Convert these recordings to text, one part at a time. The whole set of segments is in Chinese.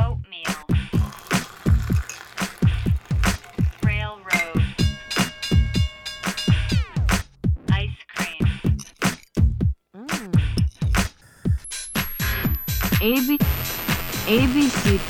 Oatmeal. Railroad. Ice cream. AB ABC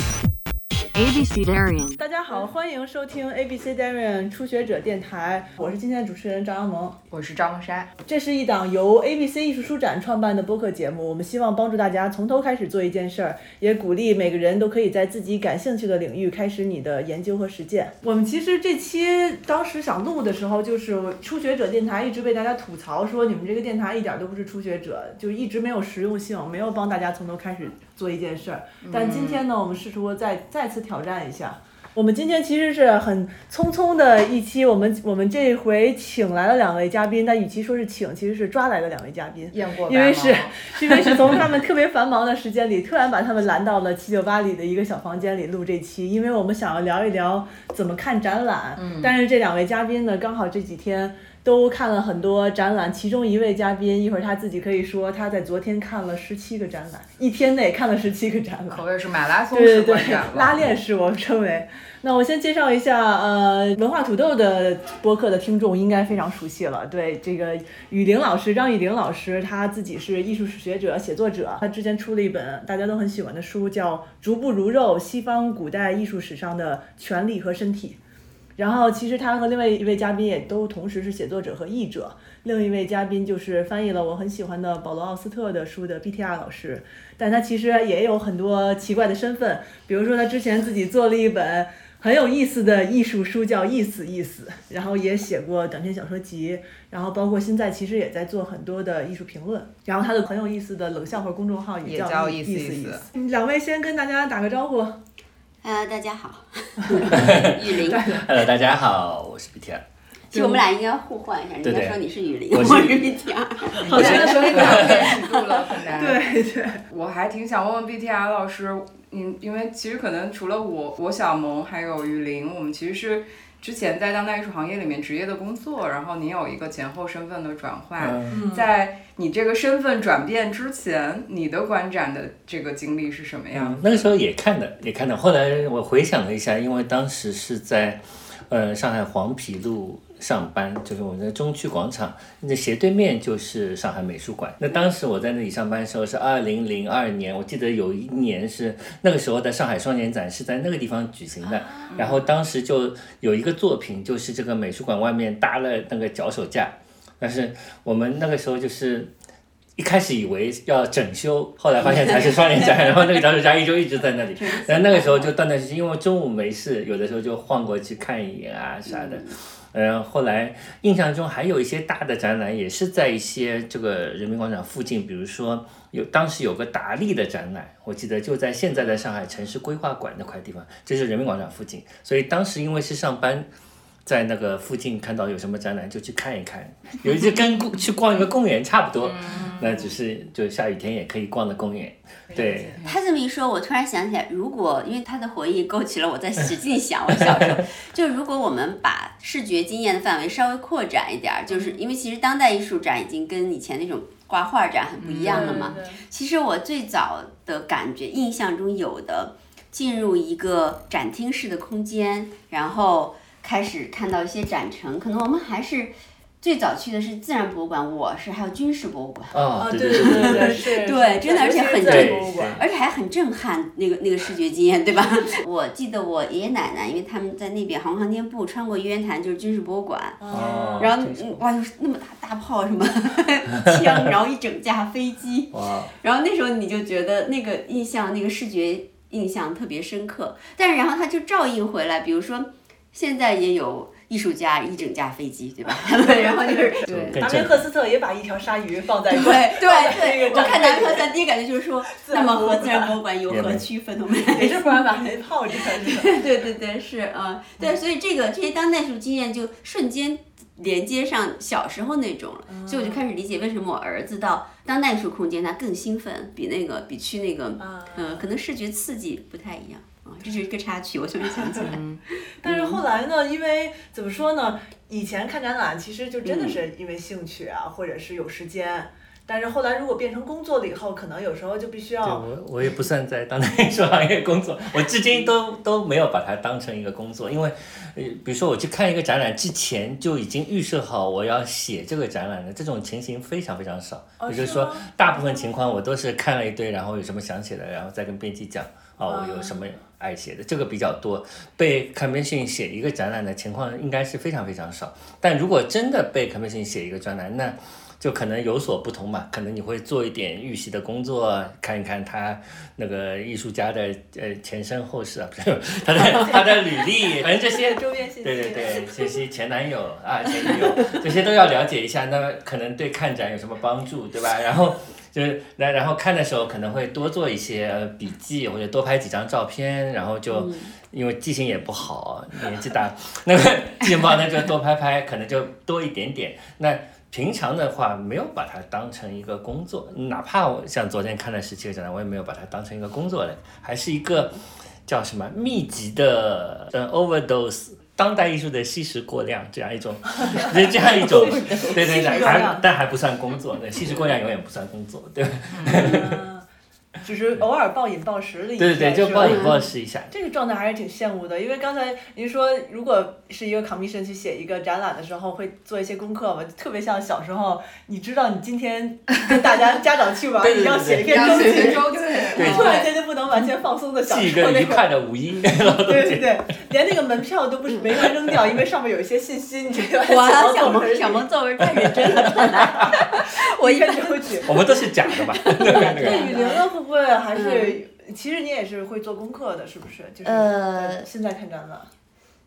ABCarian 大家好，欢迎收听 ABC Darren 初学者电台，我是今天的主持人张扬萌。我是张梦莎，这是一档由 ABC 艺术书展创办的播客节目，我们希望帮助大家从头开始做一件事儿，也鼓励每个人都可以在自己感兴趣的领域开始你的研究和实践。我们其实这期当时想录的时候，就是初学者电台一直被大家吐槽说你们这个电台一点都不是初学者，就一直没有实用性，没有帮大家从头开始做一件事儿。但今天呢，我们试图再再次挑战一下。我们今天其实是很匆匆的一期，我们我们这回请来了两位嘉宾，但与其说是请，其实是抓来的两位嘉宾，雁过白因为是毛 因为是从他们特别繁忙的时间里，突然把他们拦到了七九八里的一个小房间里录这期，因为我们想要聊一聊怎么看展览。嗯，但是这两位嘉宾呢，刚好这几天都看了很多展览，其中一位嘉宾一会儿他自己可以说他在昨天看了十七个展览，一天内看了十七个展览可。谓是马拉松对式对观对展，了。拉练式我们称为。那我先介绍一下，呃，文化土豆的播客的听众应该非常熟悉了。对这个雨林老师，张雨林老师，他自己是艺术史学者、写作者，他之前出了一本大家都很喜欢的书，叫《逐步如肉：西方古代艺术史上的权力和身体》。然后其实他和另外一位嘉宾也都同时是写作者和译者，另一位嘉宾就是翻译了我很喜欢的保罗·奥斯特的书的 BTR 老师，但他其实也有很多奇怪的身份，比如说他之前自己做了一本很有意思的艺术书，叫《意思意思》，然后也写过短篇小说集，然后包括现在其实也在做很多的艺术评论，然后他的很有意思的冷笑话公众号也也叫叫意意思意意意思思。两位先跟大家打个招呼。呃，大家 好，雨林。 Hello，大家好，我是 BTR。其实我们俩应该互换一下，人对家对说你是雨林，我我是是雨天儿。好像说你两面尺度了，很难。，对对，我还挺想问问 BTR 老师，嗯，因为其实可能除了我、我小萌还有雨林，我们其实是之前在当代艺术行业里面职业的工作，然后您有一个前后身份的转换，嗯在你这个身份转变之前，你的观展的这个经历是什么样？嗯，那个时候也看的，也看的。后来我回想了一下，因为当时是在呃上海黄陂路上班，就是我们在中区广场，那斜对面就是上海美术馆。那当时我在那里上班的时候是二零零二年，我记得有一年是那个时候的上海双年展是在那个地方举行的，然后当时就有一个作品，就是这个美术馆外面搭了那个脚手架，但是我们那个时候就是一开始以为要整修，后来发现才是双年展，然后那个脚手架一周一直在那里。然后那个时候就断断续续，因为中午没事，有的时候就晃过去看一眼啊啥的。然后后来印象中还有一些大的展览，也是在一些这个人民广场附近，比如说有当时有个达利的展览，我记得就在现在的上海城市规划馆那块地方，这是人民广场附近。所以当时因为是上班，在那个附近看到有什么展览就去看一看，有一次跟公去逛一个公园差不多，嗯那只是就下雨天也可以逛的公园，对，他这么一说，我突然想起来，如果因为他的回忆勾起了我在使劲想我小时 候，就如果我们把视觉经验的范围稍微扩展一点儿，就是因为其实当代艺术展已经跟以前那种挂画展很不一样了嘛。其实我最早的感觉，印象中有的进入一个展厅式的空间，然后开始看到一些展陈，可能我们还是最早去的是自然博物馆，我是还有军事博物馆，哦，啊对对对对对对，是对真的而且很尤其是在对博物馆而且还很震撼，那个那个视觉经验，对吧？ 我记得我爷爷奶奶，因为他们在那边航空航天部穿过玉渊潭，就是军事博物馆，哦，然后真是嗯哇，有那么大大炮什么 枪，然后一整架飞机，哇，然后那时候你就觉得那个印象、那个视觉印象特别深刻，但是然后它就照应回来，比如说现在也有。艺术家一整架飞机，对吧？ 他们然后就是对更达正明赫斯特也把一条鲨鱼放在对 放在那对对，个我展看柜南柯三第一感觉就是说，自那然么博物和馆自然博物馆有也何没区分？我们也是不然把黑炮这个 对对对，是啊，对，所以这个这些当代艺术经验就瞬间连接上小时候那种了，所以我就开始理解为什么我儿子到当代艺术空间他更兴奋，比那个比去那个，啊嗯、可能视觉刺激不太一样啊，这是一个插曲，我突然想起来， 但是后来呢，因为怎么说呢，以前看展览其实就嗯真的是因为兴趣啊，或者是有时间。但是后来如果变成工作了以后，可能有时候就必须对要我我也不算在当代艺术行业工作，我至今都都没有把它当成一个工作，因为，呃，比如说我去看一个展览之前就已经预设好我要写这个展览的，这种情形非常非常少。哦也就是是说吗，大部分情况我都是看了一堆，然后有什么想写的，然后再跟编辑讲，啊，我有什么爱写的，这个比较多。被 commission 写一个展览的情况应该是非常非常少，但如果真的被 commission 写一个专栏，那就可能有所不同嘛，可能你会做一点预习的工作，看一看他那个艺术家的呃前身后事啊，不是他的他的履历，反正这些周边信息。对对对，这些前男友啊、前女友这些都要了解一下，那可能对看展有什么帮助，对吧？然后就是那然后看的时候可能会多做一些呃笔记，或者多拍几张照片，然后就、因为记性也不好，年纪大，那个 记性不好那就多拍拍，可能就多一点点。那平常的话，没有把它当成一个工作，哪怕我像昨天看了十七个展览，我也没有把它当成一个工作嘞，还是一个叫什么密集的呃 overdose。当代艺术的吸食过量，这样一种， 这这样一种，对对吸食过对，量还但还不算工作，对，吸食过量永远不算工作，对吧嗯只是偶尔暴饮暴食的一对对对，天就是吧暴饮暴食一下，这个状态还是挺羡慕的，因为刚才您说，如果是一个 commission 去写一个展览的时候，会做一些功课嘛，特别像小时候，你知道你今天跟大 家家长去玩，对对对你要写一篇要周写篇记，周记，对突然间就不能完全放松的享记一受个那愉个。快的五一，对对对，连那个门票都不是没法扔掉，因为上面有一些信息，你这个 哇，小小萌小萌作文太认真了，看 来我一一般看就 去。我们都是假的吧？对对对。那雨玲呢？会不会还嗯是？其实你也是会做功课的，是不是？就是呃现在看展览，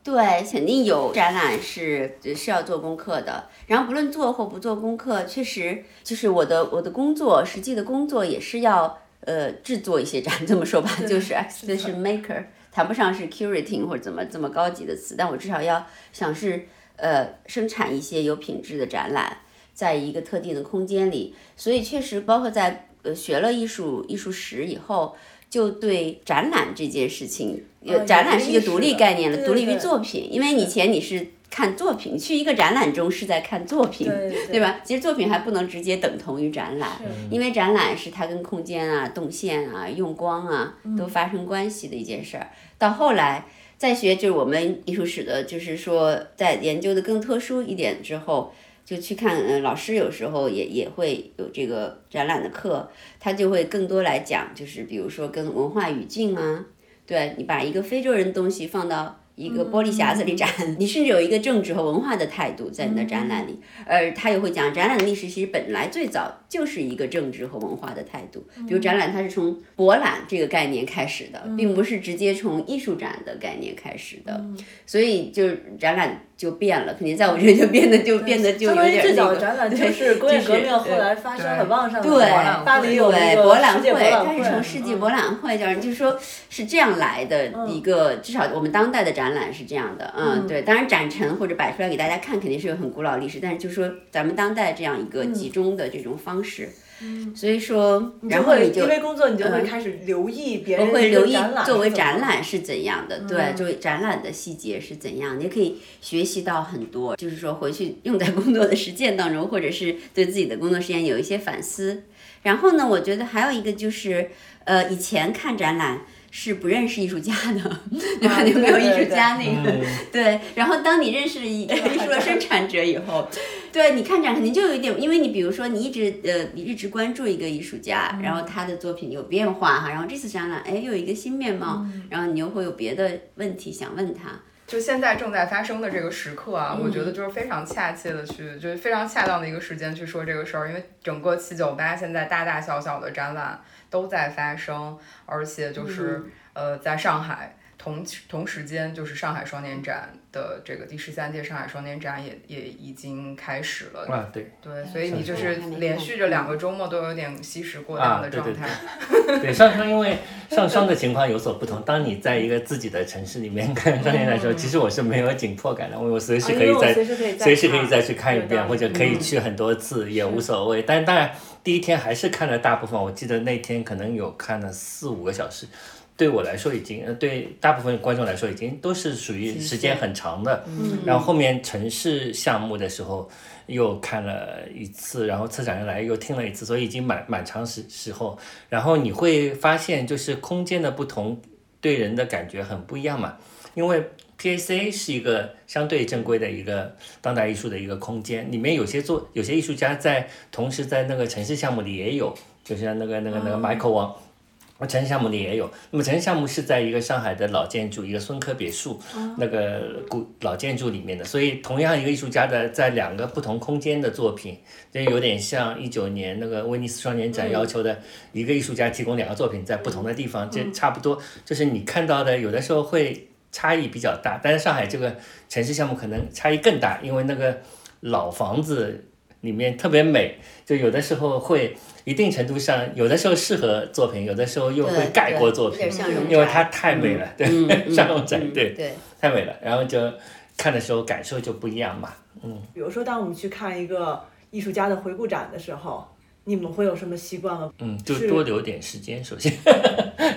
对，肯定有展览是呃是要做功课的。然后不论做或不做功课，确实就是我的我的工作，实际的工作也是要呃制作一些展，这么说吧，就是 exhibition maker，谈不上是 curating 或者怎么这么高级的词，但我至少要想是呃生产一些有品质的展览，在一个特定的空间里。所以确实，包括在呃学了艺术艺术史以后。就对展览这件事情，有哦有展览是一个意识独立了概念的，对独对立于对作作品，因为以前你是看作品，去一个展览中是在看作品，对对吧？其实作品还不能直接等同于展览，嗯因为展览是它跟空间啊、动线啊、用光啊都发生关系的一件事儿。到后来再学，就是我们艺术史的，就是说在研究的更特殊一点之后。就去看，呃，老师有时候也也会有这个展览的课，他就会更多来讲，就是比如说跟文化语境啊，对你把一个非洲人的东西放到一个玻璃匣子里展， 你甚至有一个政治和文化的态度在你的展览里。而呃他也会讲，展览的历史其实本来最早就是一个政治和文化的态度。比如展览，它是从博览这个概念开始的，嗯并不是直接从艺术展的概念开始的。所以就是展览就变了，肯定在我这就变得就变得就有相当于点最那早的个。展览就对是工业就是革命后呃来发生很旺盛的对博览会巴黎有那对个博览世界博览嗯它是从世界博览会叫人，就是说是这样来的一个，至少我们当代的展览是这样的，嗯，对。当然展陈或者摆出来给大家看，肯定是有很古老历史，但是就说咱们当代这样一个集中的这种方式，所以说，嗯然后你你就会就因为工作，你就会嗯开始留意别我人会这个留意展览作为是怎么展览是怎样的，对，嗯作为展览的细节是怎样，你可以学习到很多，就是说回去用在工作的实践当中，或者是对自己的工作实践有一些反思。然后呢，我觉得还有一个就是，呃，以前看展览是不认识艺术家 的，对吧？啊就没有对艺对术家那个嗯 对，然后当你认识 了一个艺术的生产者以后，对你看展肯定就有一点，因为你比如说你一直呃你一直关注一个艺术嗯家，然后他的作品有变化哈，然后这次展览哎又有一个新面貌，嗯然后你又会有别的问题想问他，就现在正在发生的这个时刻啊，我觉嗯得就是非常恰切的去，就是非常恰当的一个时间去说这个事儿，因为整个七九八现在大大嗯小小的展览都在发生，而且就是、呃，在上海。同同时间，就是上海双年展的这个第十三届上海双年展也也已经开始了。啊，对对，所以你就我是还没连看嗯续着两个周末都有点吸食过量啊的对状对态。 对，上升因为上升的情况有所不同。当你在一个自己的城市里面看上映的时候，其实我是没有紧迫感的，我我随时啊可以因为我再、嗯随时可以再随时可以看再去看一有道遍，理嗯或者可以去很多次、也无所谓。但当然，第一天还是看了大部分，我记得那天可能有看了四五个小时。对我来说，已经呃对大部分观众来说，已经都是属于时间很长的。嗯，然后后面城市项目的时候又看了一次，然后策展人来又听了一次，所以已经蛮蛮长时时候。然后你会发现，就是空间的不同对人的感觉很不一样嘛。因为 PAC 是一个相对正规的一个当代艺术的一个空间，里面有些作有些艺术家在同时在那个城市项目里也有，就像那个那个那个 Michael 王。城市项目里也有，那么城市项目是在一个上海的老建筑，一个孙科别墅、那个古老建筑里面的，所以同样一个艺术家的在两个不同空间的作品，这有点像一九年那个威尼斯双年展要求的一个艺术家提供两个作品在不同的地嗯方，这差不多就是你看到的有的时候会差异比较大，但是上海这个城市项目可能差异更大，因为那个老房子里面特别美，就有的时候会一定程度上，有的时候适合作品，有的时候又会对盖过作对品有点，像嗯容因为宅它太美了，嗯对，嗯 像容宅嗯对，对，太美了，然后就看的时候感受就不一样嘛。比如说，当我们去看一个艺术家的回顾展的时候，你们会有什么习惯吗？嗯，就是多留点时间，首 先，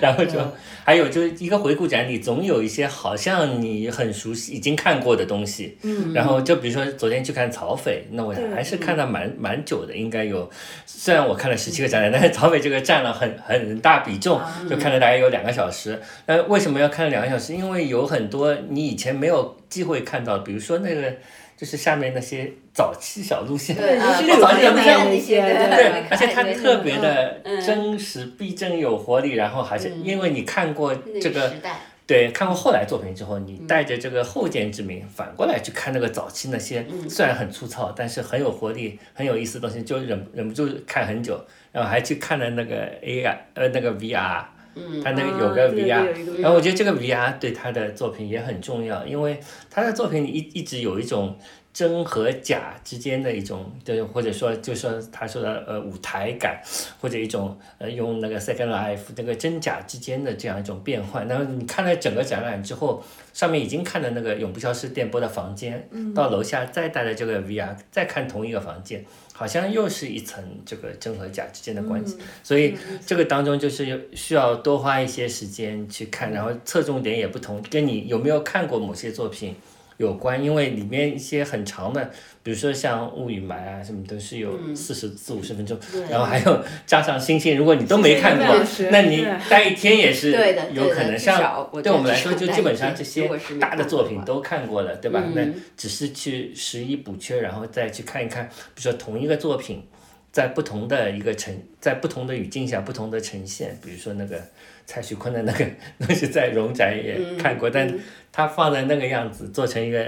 然后就还有就是一个回顾展里总有一些好像你很熟悉、已经看过的东西，嗯，然后就比如说昨天去看曹斐，那我对还是看了蛮蛮久的，应该有，虽然我看了十七个展览，但是曹斐这个占了很很大比重，就看了大概有两个小时。那为什么要看两个小时？因为有很多你以前没有机会看到，比如说那个就是下面那些早期小路线，对尤啊其是早期对的对那些对对对，而且它对特别的嗯真实、逼真、有活力，然后还嗯是因为你看过那这个时，代，对，看过后来作品之后，你带着这个后见之嗯明，反过来去看那个早期那些虽然很粗糙，但是很有活力、很有意思的东西，就忍忍不住看很久，然后还去看了那个 AR，呃，那个 VR，嗯它那个啊有个对 VR，有一个然后我觉得这个 VR 对他的作品也很重要，因为他的作品里一一直有一种真和假之间的一种，就是或者说就是说他说的呃舞台感，或者一种呃用那个 Second Life 那个真假之间的这样一种变换。然后你看了整个展览之后，上面已经看了那个永不消失电波的房间，到楼下再带着这个 VR 再看同一个房间。好像又是一层这个真和假之间的关系，嗯所以这个当中就是有需要多花一些时间去看，然后侧重点也不同，跟你有没有看过某些作品有关，因为里面一些很长的，比如说像《雾与霾》啊什么，都是有四十四五十分钟，然后还有加上《星星》，如果你都没看星过星是，那你对待一天也是对的对的有可能。至像少我对我们觉得来说，至就少基本上待一这天些如果是没大的看作过品的话都看过了，对吧？嗯那只是去拾遗补缺，然后再去看一看，比如说同一个作品，在不同的一个呈，在不同的语境下，不同的呈现。比如说那个蔡徐坤的那个 东西，在荣宅也嗯看过，但他放在那个样子，做成一个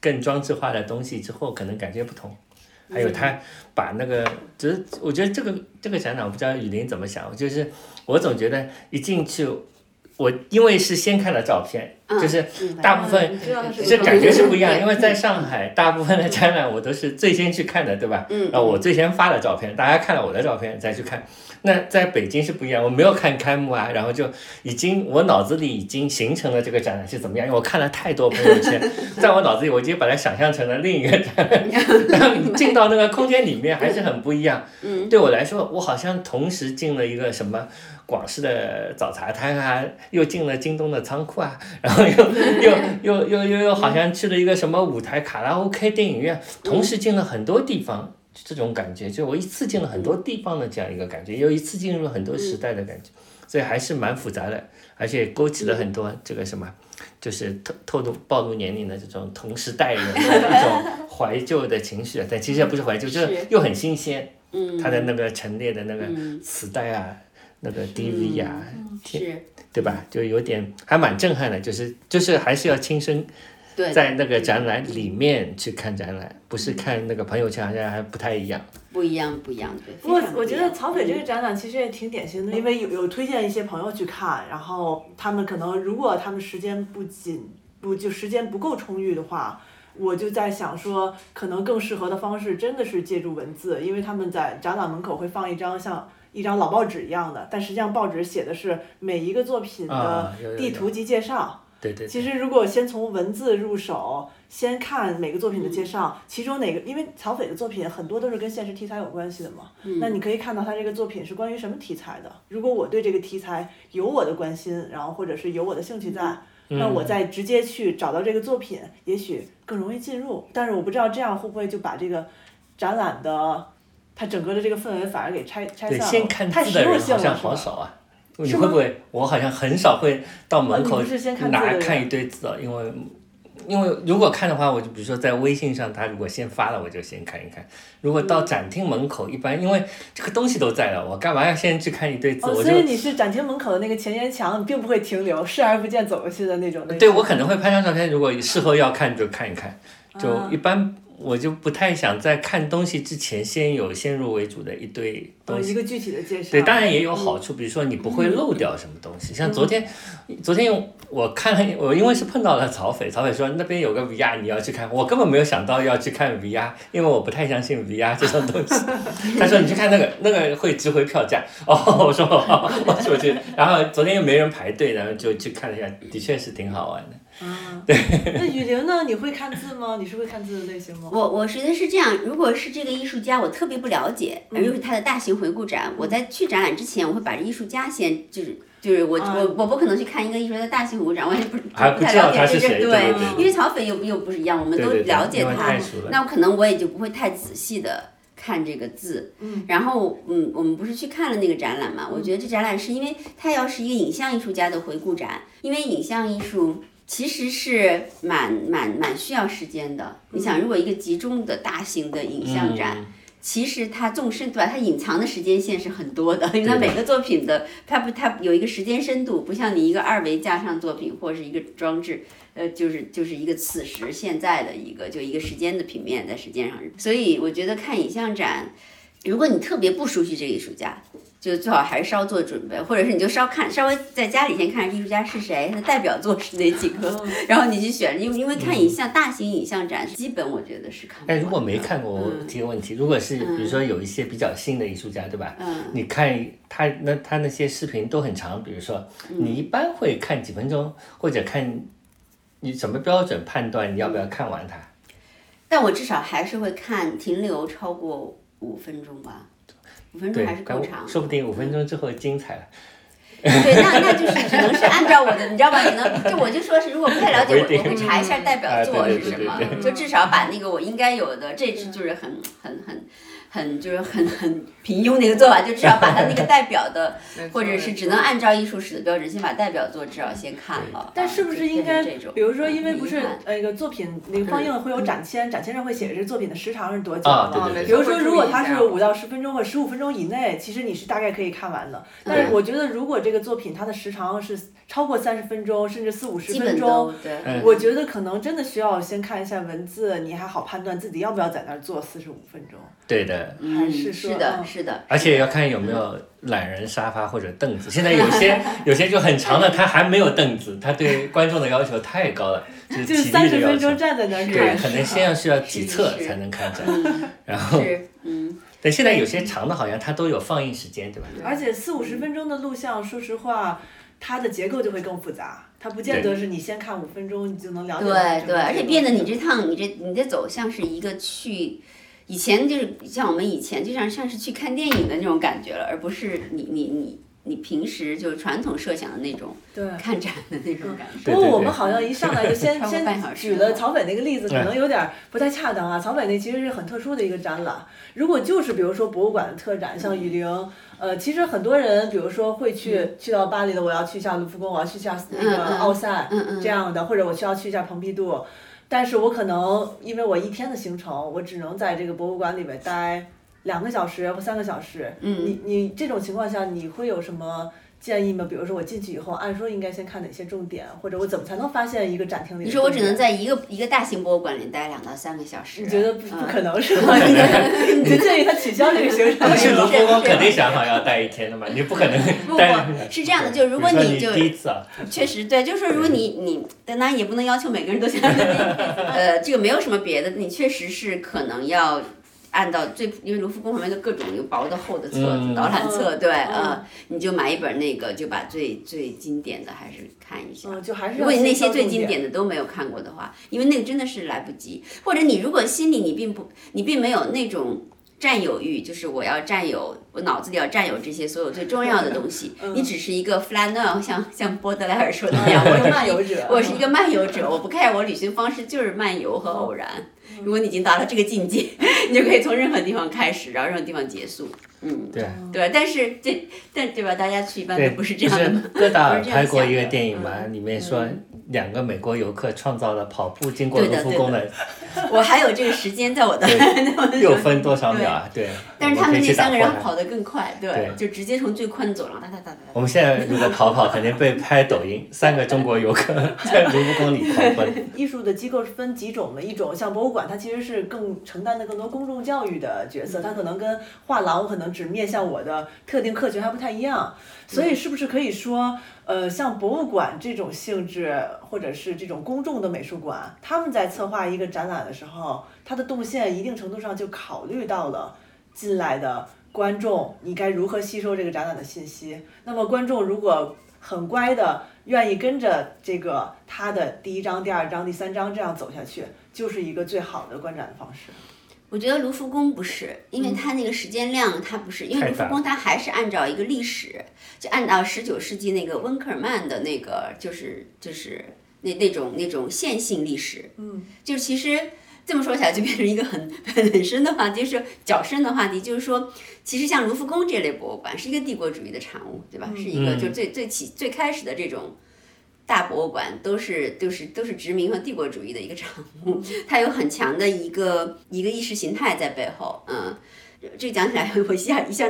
更装置化的东西之后，可能感觉不同。还嗯有他把那个，只是我觉得这个这个展览，我不知道雨林怎么想，就是我总觉得一进去，我因为是先看了照片，嗯就是明白大部分知道它是这感觉是不一样，对因为在上海，大部分的展览我都是最先去看的，对吧？嗯然后我最先发了照片，大家看了我的照片再去看。那在北京是不一样，我没有看开幕啊，然后就已经我脑子里已经形成了这个展览是怎么样，因为我看了太多朋友圈， 在我脑子里我已经把它想象成了另一个展览，然后你进到那个空间里面还是很不一样。嗯对我来说，我好像同时进了一个什么广式的早茶摊啊，又进了京东的仓库啊，然后又又又又又又好像去了一个什么舞台卡拉 OK 电影院，同时进了很多地方，这种感觉，就我一次进了很多地方的这样一个感觉，又一次进入了很多嗯时代的感觉，所以还是蛮复杂的，而且勾起了很嗯多这个什么。就是透透露暴露年龄的这种同时代人的一 种怀旧的情绪，啊但其实也不是怀旧，就是又很新鲜。嗯，它的那个陈列的那个嗯磁带啊，那个 DV 啊，是对吧？就有点还蛮震撼的，就是就是还是要亲身对的嗯在那个展览里面去看展览，不嗯是看那个朋友圈，好像还不太一样。不一样，不一样，对。不过非常不我一觉样嗯得曹斐这个展览其实也挺典型的，因为有有推荐一些朋友去看，然后他们可能如果他们时间不紧，不就时间不够充裕的话，我就在想说，可能更适合的方式真的是借助文字，因为他们在展览门口会放一张像。一张老报纸一样的，但实际上报纸写的是每一个作品的啊有有有地图及介绍。对对对，其实如果先从文字入手，先看每个作品的介绍，其中哪个，因为曹斐的作品很多都是跟现实题材有关系的嘛，那你可以看到他这个作品是关于什么题材的。如果我对这个题材有我的关心，然后或者是有我的兴趣在。那嗯我再直接去找到这个作品，也许更容易进入。但是我不知道这样会不会就把这个展览的它整个的这个氛围反而给拆拆对，散了。先看太字实的用人性好了，像是吧好少啊。你会不会？我好像很少会到门哦口你不是先看字的拿人看一堆字哦，因为因为如果看的话，我就比如说在微信上，他如果先发了，我就先看一看。如果嗯到展厅门口，一般因为这个东西都在了，我干嘛要先去看一堆字？哦，我所以就你是展厅门口的那个前沿墙，你并不会停留，视而不见走过去的那种。那对种我可能会拍张照片，如果事后要看就看一看。就啊一般我就不太想在看东西之前先有先入为主的一堆哦东西一。个具嗯体的介绍。对，当然也有好处，比如说你不会漏掉什么东西。嗯像昨天，昨天我看了，我因为是碰到了曹斐，曹斐说那边有个 VR 你要去看，我根本没有想到要去看 VR，因为我不太相信 VR 这种东 西。他说你去看那个，那个会值回票价。哦，我说哦我说我去，然后昨天又没人排队，然后就去看了一下，的确是挺好玩的。啊 那雨玲呢？你会看字吗？你是会看字的类型吗？我我觉得是这样，如果是这个艺术家，我特别不了解，嗯又是他的大型回顾展，我在去展览之前，我会把这艺术家先就是。就是我、啊我我不可能去看一个艺术家的大型回顾展，我也不还不不太知道了解他这个是谁对，对对对因为曹斐又又不是一样，我们对都对对了解因为他，太熟了那可能我也就不会太仔细的看这个字。嗯，然后嗯，我们不是去看了那个展览嘛？我觉得这展览是因为它要是一个影像艺术家的回顾展，因为影像艺术。其实是蛮蛮蛮需要时间的。你想，如果一个集中的大型的影像展，嗯其实它纵深对吧？它隐藏的时间线是很多的，因 为它对的每个作品的它不它有一个时间深度，不像你一个二维加上作品或是一个装置，呃，就是就是一个此时现在的一个就一个时间的平面在时间上。所以我觉得看影像展，如果你特别不熟悉这个艺术家，就最好还是稍做准备，或者是你就稍看稍微在家里先看艺术家是谁，他的代表作是哪几个， 然后你去选，因为因为看影像大型影像展，基本我觉得是看不完的。嗯哎，如果没看过，我嗯提个问题，如果是嗯比如说有一些比较新的艺术家，对吧？嗯你看他那他那些视频都很长，比如说嗯你一般会看几分钟，或者看你什么标准判断你要不要看完它？但我至少还是会看停留超过五分钟吧，五分钟对嗯还是，但够我长的。嗯说不定五分钟之后精彩了。对，那那就是只能是按照我的，你知道吧？也能就我就说是，如果不太了解，不一我定我会查一下代表作啊对是对什对么对，就至少把那个我应该有的，这就是很很很很就是很很平庸的一个做法，就至少把它那个代表的，或者是只能按照艺术史的标准，先把代表作至少先看了。但啊是不就是应变该成这，种比如说，因为嗯不是遗憾那个作品那个放映会有展签，展签上会写这作品的时长是多久啊对嘛对对比如说，如果它他啊是五到十分钟或十五分钟以内，其实你是大概可以看完的。嗯但是我觉得，如果这个作品它的时长是超过三十分钟，甚至四五十基分本钟都，对。嗯我觉得可能真的需要先看一下文字，你还好判断自己要不要在那儿坐四十五分钟。对的，还嗯，是说是的，嗯是的，而且要看有没有懒人沙发或者凳子。现在 有些有些就很长的，他还没有凳子，他对观众的要求太高了，就是就体是三力的十分要钟求。站在那儿对，啊看，可能先要需要几是册是才能看展，然后是，嗯，但现在有些长的，好像它都有放映时间，对吧？而且四五十分钟的录像，说实话，它的结构就会更复杂，它不见得是你先看五分钟你就能了解到整个对对，而且变得你这结构趟你这你这走向是一个去，以前就是像我们以前就像像是去看电影的那种感觉了，而不是你你你你平时就是传统设想的那种对。看展的那种感觉。不过我们好像一上来就先 超过半小先时举了了曹斐那个例子，可能有点儿不太恰当啊。曹斐那其实是很特殊的一个展览，如果就是比如说博物馆的特展，像嗯雨林，呃，其实很多人比如说会去去到巴黎的，我要去一下卢浮宫，我要去一下那嗯个嗯奥赛嗯嗯这样的，或者我需要去一下蓬皮杜。但是我可能因为我一天的行程，我只能在这个博物馆里面待两个小时或三个小时。嗯你你这种情况下，你会有什么建议吗？比如说我进去以后，按说应该先看哪些重点，或者我怎么才能发现一个展厅里的重点？你说我只能在一个一个大型博物馆里待两到三个小时，你觉得不不嗯可 能是吗？你你就建议他取消这个行程对你？是罗浮宫是肯定想好要待一天的嘛，你不可能不待。不，是这样的，就如果比你如就说第一次啊，确实对，就是说如果你你，但当然也不能要求每个人都像， 呃，这个没有什么别的，你确实是可能要按到最，因为卢浮宫旁边就各种有薄的厚的册子，嗯导览册，对，嗯呃，你就买一本那个，就把最最经典的还是看一下。嗯，就还是如要果你那先挑些最重经点。典的都没有看过的话，因为那个真的是来不及，或者你如果心里你并不，你并没有那种占有欲，就是我要占有，我脑子里要占有这些所有最重要的 东西，嗯你只是一个 flaneur，像 像波德莱尔说的那样，我哎我只是漫游 是者，我是一个漫游者，我不 care 我旅行方式就是漫游和偶然。嗯如果你已经达到这个境界， 你就可以从任何地方开始，然后任何地方结束。嗯，对对。但是这但 对吧？大家去一般对，都不是这样的就嘛是。哥达尔不是这样拍过一想个的嗯电影嘛，里面说两个美国游客创造了跑步经过对卢的浮宫的我还有这个时间在我 的，六分多少秒啊？对，但是他我们可以那去打三个人破它跑得更快，对对，就直接从最宽的走廊哒哒哒哒哒。我们现在如果跑跑，肯定被拍抖音。三个中国游客 在卢浮宫里狂奔， 艺术的机构是分几种的，一种像博物馆，它其实是更承担的更多公众教育的角色，它可能跟画廊可能只面向我的特定客群还不太一样，所以是不是可以说，呃，像博物馆这种性质，或者是这种公众的美术馆，他们在策划一个展览的时候，它的动线一定程度上就考虑到了进来的观众，你该如何吸收这个展览的信息？那么观众如果很乖的愿意跟着这个他的第一章、第二章、第三章这样走下去，就是一个最好的观展的方式。我觉得卢浮宫不是，因为它那个时间量，它不是，因为嗯太卢浮大宫了它还是按照一个历史，就按照十九世纪那个温克尔曼的那个，就是就是那那种那种线性历史，嗯，就其实这么说起来就变成一个很 很深的话题，就是较深的话题，就是说，其实像卢浮宫这类博物馆是一个帝国主义的产物，对吧？是一个嗯就最最起最开始的这种。大博物馆都是都是都是殖民和帝国主义的一个产物，它有很强的一个一个意识形态在背后。嗯，这讲起来 我一下一下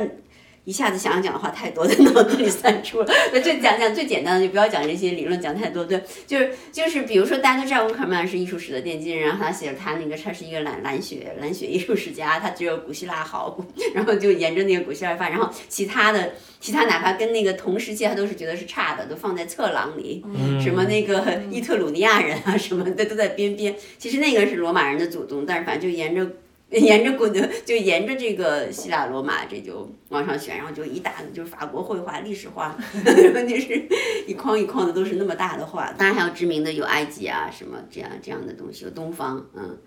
一下子想要讲的话太多，在脑子里散出了。那就讲讲最简单的，就不要讲这些理论，讲太多。对，就是就是，比如说大家都知道温克尔曼是艺术史的奠基人，啊然后他写了他那个他是一个蓝蓝血蓝血艺术史家，他只有古希腊好，古然后就沿着那个古希腊发展，然后其他的其他哪怕跟那个同时期他都是觉得是差的，都放在侧廊里，什么那个伊特鲁尼亚人啊什么的都在边边。其实那个是罗马人的祖宗，但是反正就沿着 沿着古的， 就沿着这个希腊罗马这就往上选，然后就一大就是法国绘画、历史 画，就是一筐一筐的都是那么大的画。当然还有知名的有埃及啊什么这样这样的东西，有东方，嗯。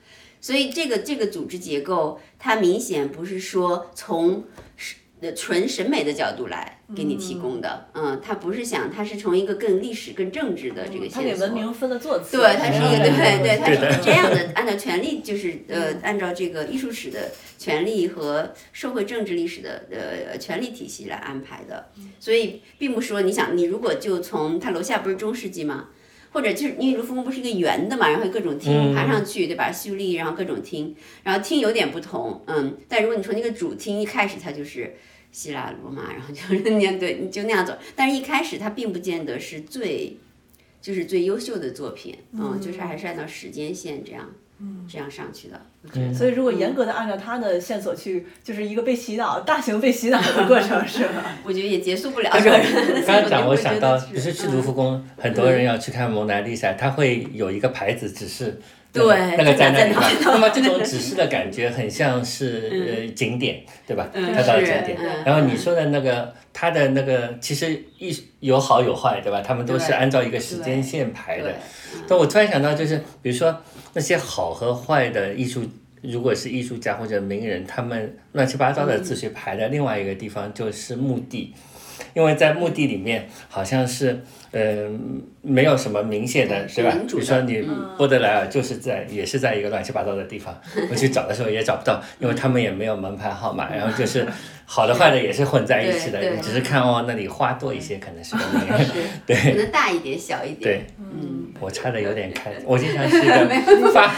所以这个这个组织结构，它明显不是说从是呃纯审美的角度来给你提供的，嗯它不是想，它是从一个更历史、更政治的这个线索。他嗯给文明分了座次，对，它是一个对对，它对的是这样的，按照权力就是呃，按照这个艺术史的权力和社会政治历史的呃权力体系来安排的，所以并不说你想你如果就从它楼下不是中世纪吗？或者就是因为卢浮宫不是一个圆的嘛，然后有各种嗯厅爬上去，对吧？蓄力，然后各种厅，然后厅有点不同，嗯，但如果你从那个主厅一开始，它就是希腊罗马，然后就是那样对，你 就那样走，但是一开始它并不见得是最就是最优秀的作品，嗯，就是还是按照时间线这样，嗯，这样上去的。我觉得嗯所以如果严格的按照他的线索去，就是一个被洗脑、大型被洗脑的过程，是 吧？我觉得也结束不了这个 人。刚刚讲，我我就想觉到，得嗯不是去卢浮宫，很多人要去看蒙娜丽莎，它会有一个牌子指示。那个对那个这个在那在里哪吧儿那么这 种指示的感觉很像是呃景点，对吧？它到景点嗯是嗯。然后你说的那个，它的那个其实一有好有坏，对吧？他们都是对按照一个时间线排的对。但我突然想到，就是比如说那些好和坏的艺术，如果是艺术家或者名人，他们乱七八糟的自学排的另外一个地方就是墓地，因为在墓地里面好像是呃没有什么明显的，是对吧？民比主的嗯如说你波德莱尔就是在也是在一个乱七八糟的地方，我去找的时候也找不到，因为他们也没有门牌号码，然后就是好的坏的也是混在一起的，对对你只是看哦那里花多一些可能是个名人，是对可能大一点，小一点。对。嗯，我猜的有点开，我经常是一个发，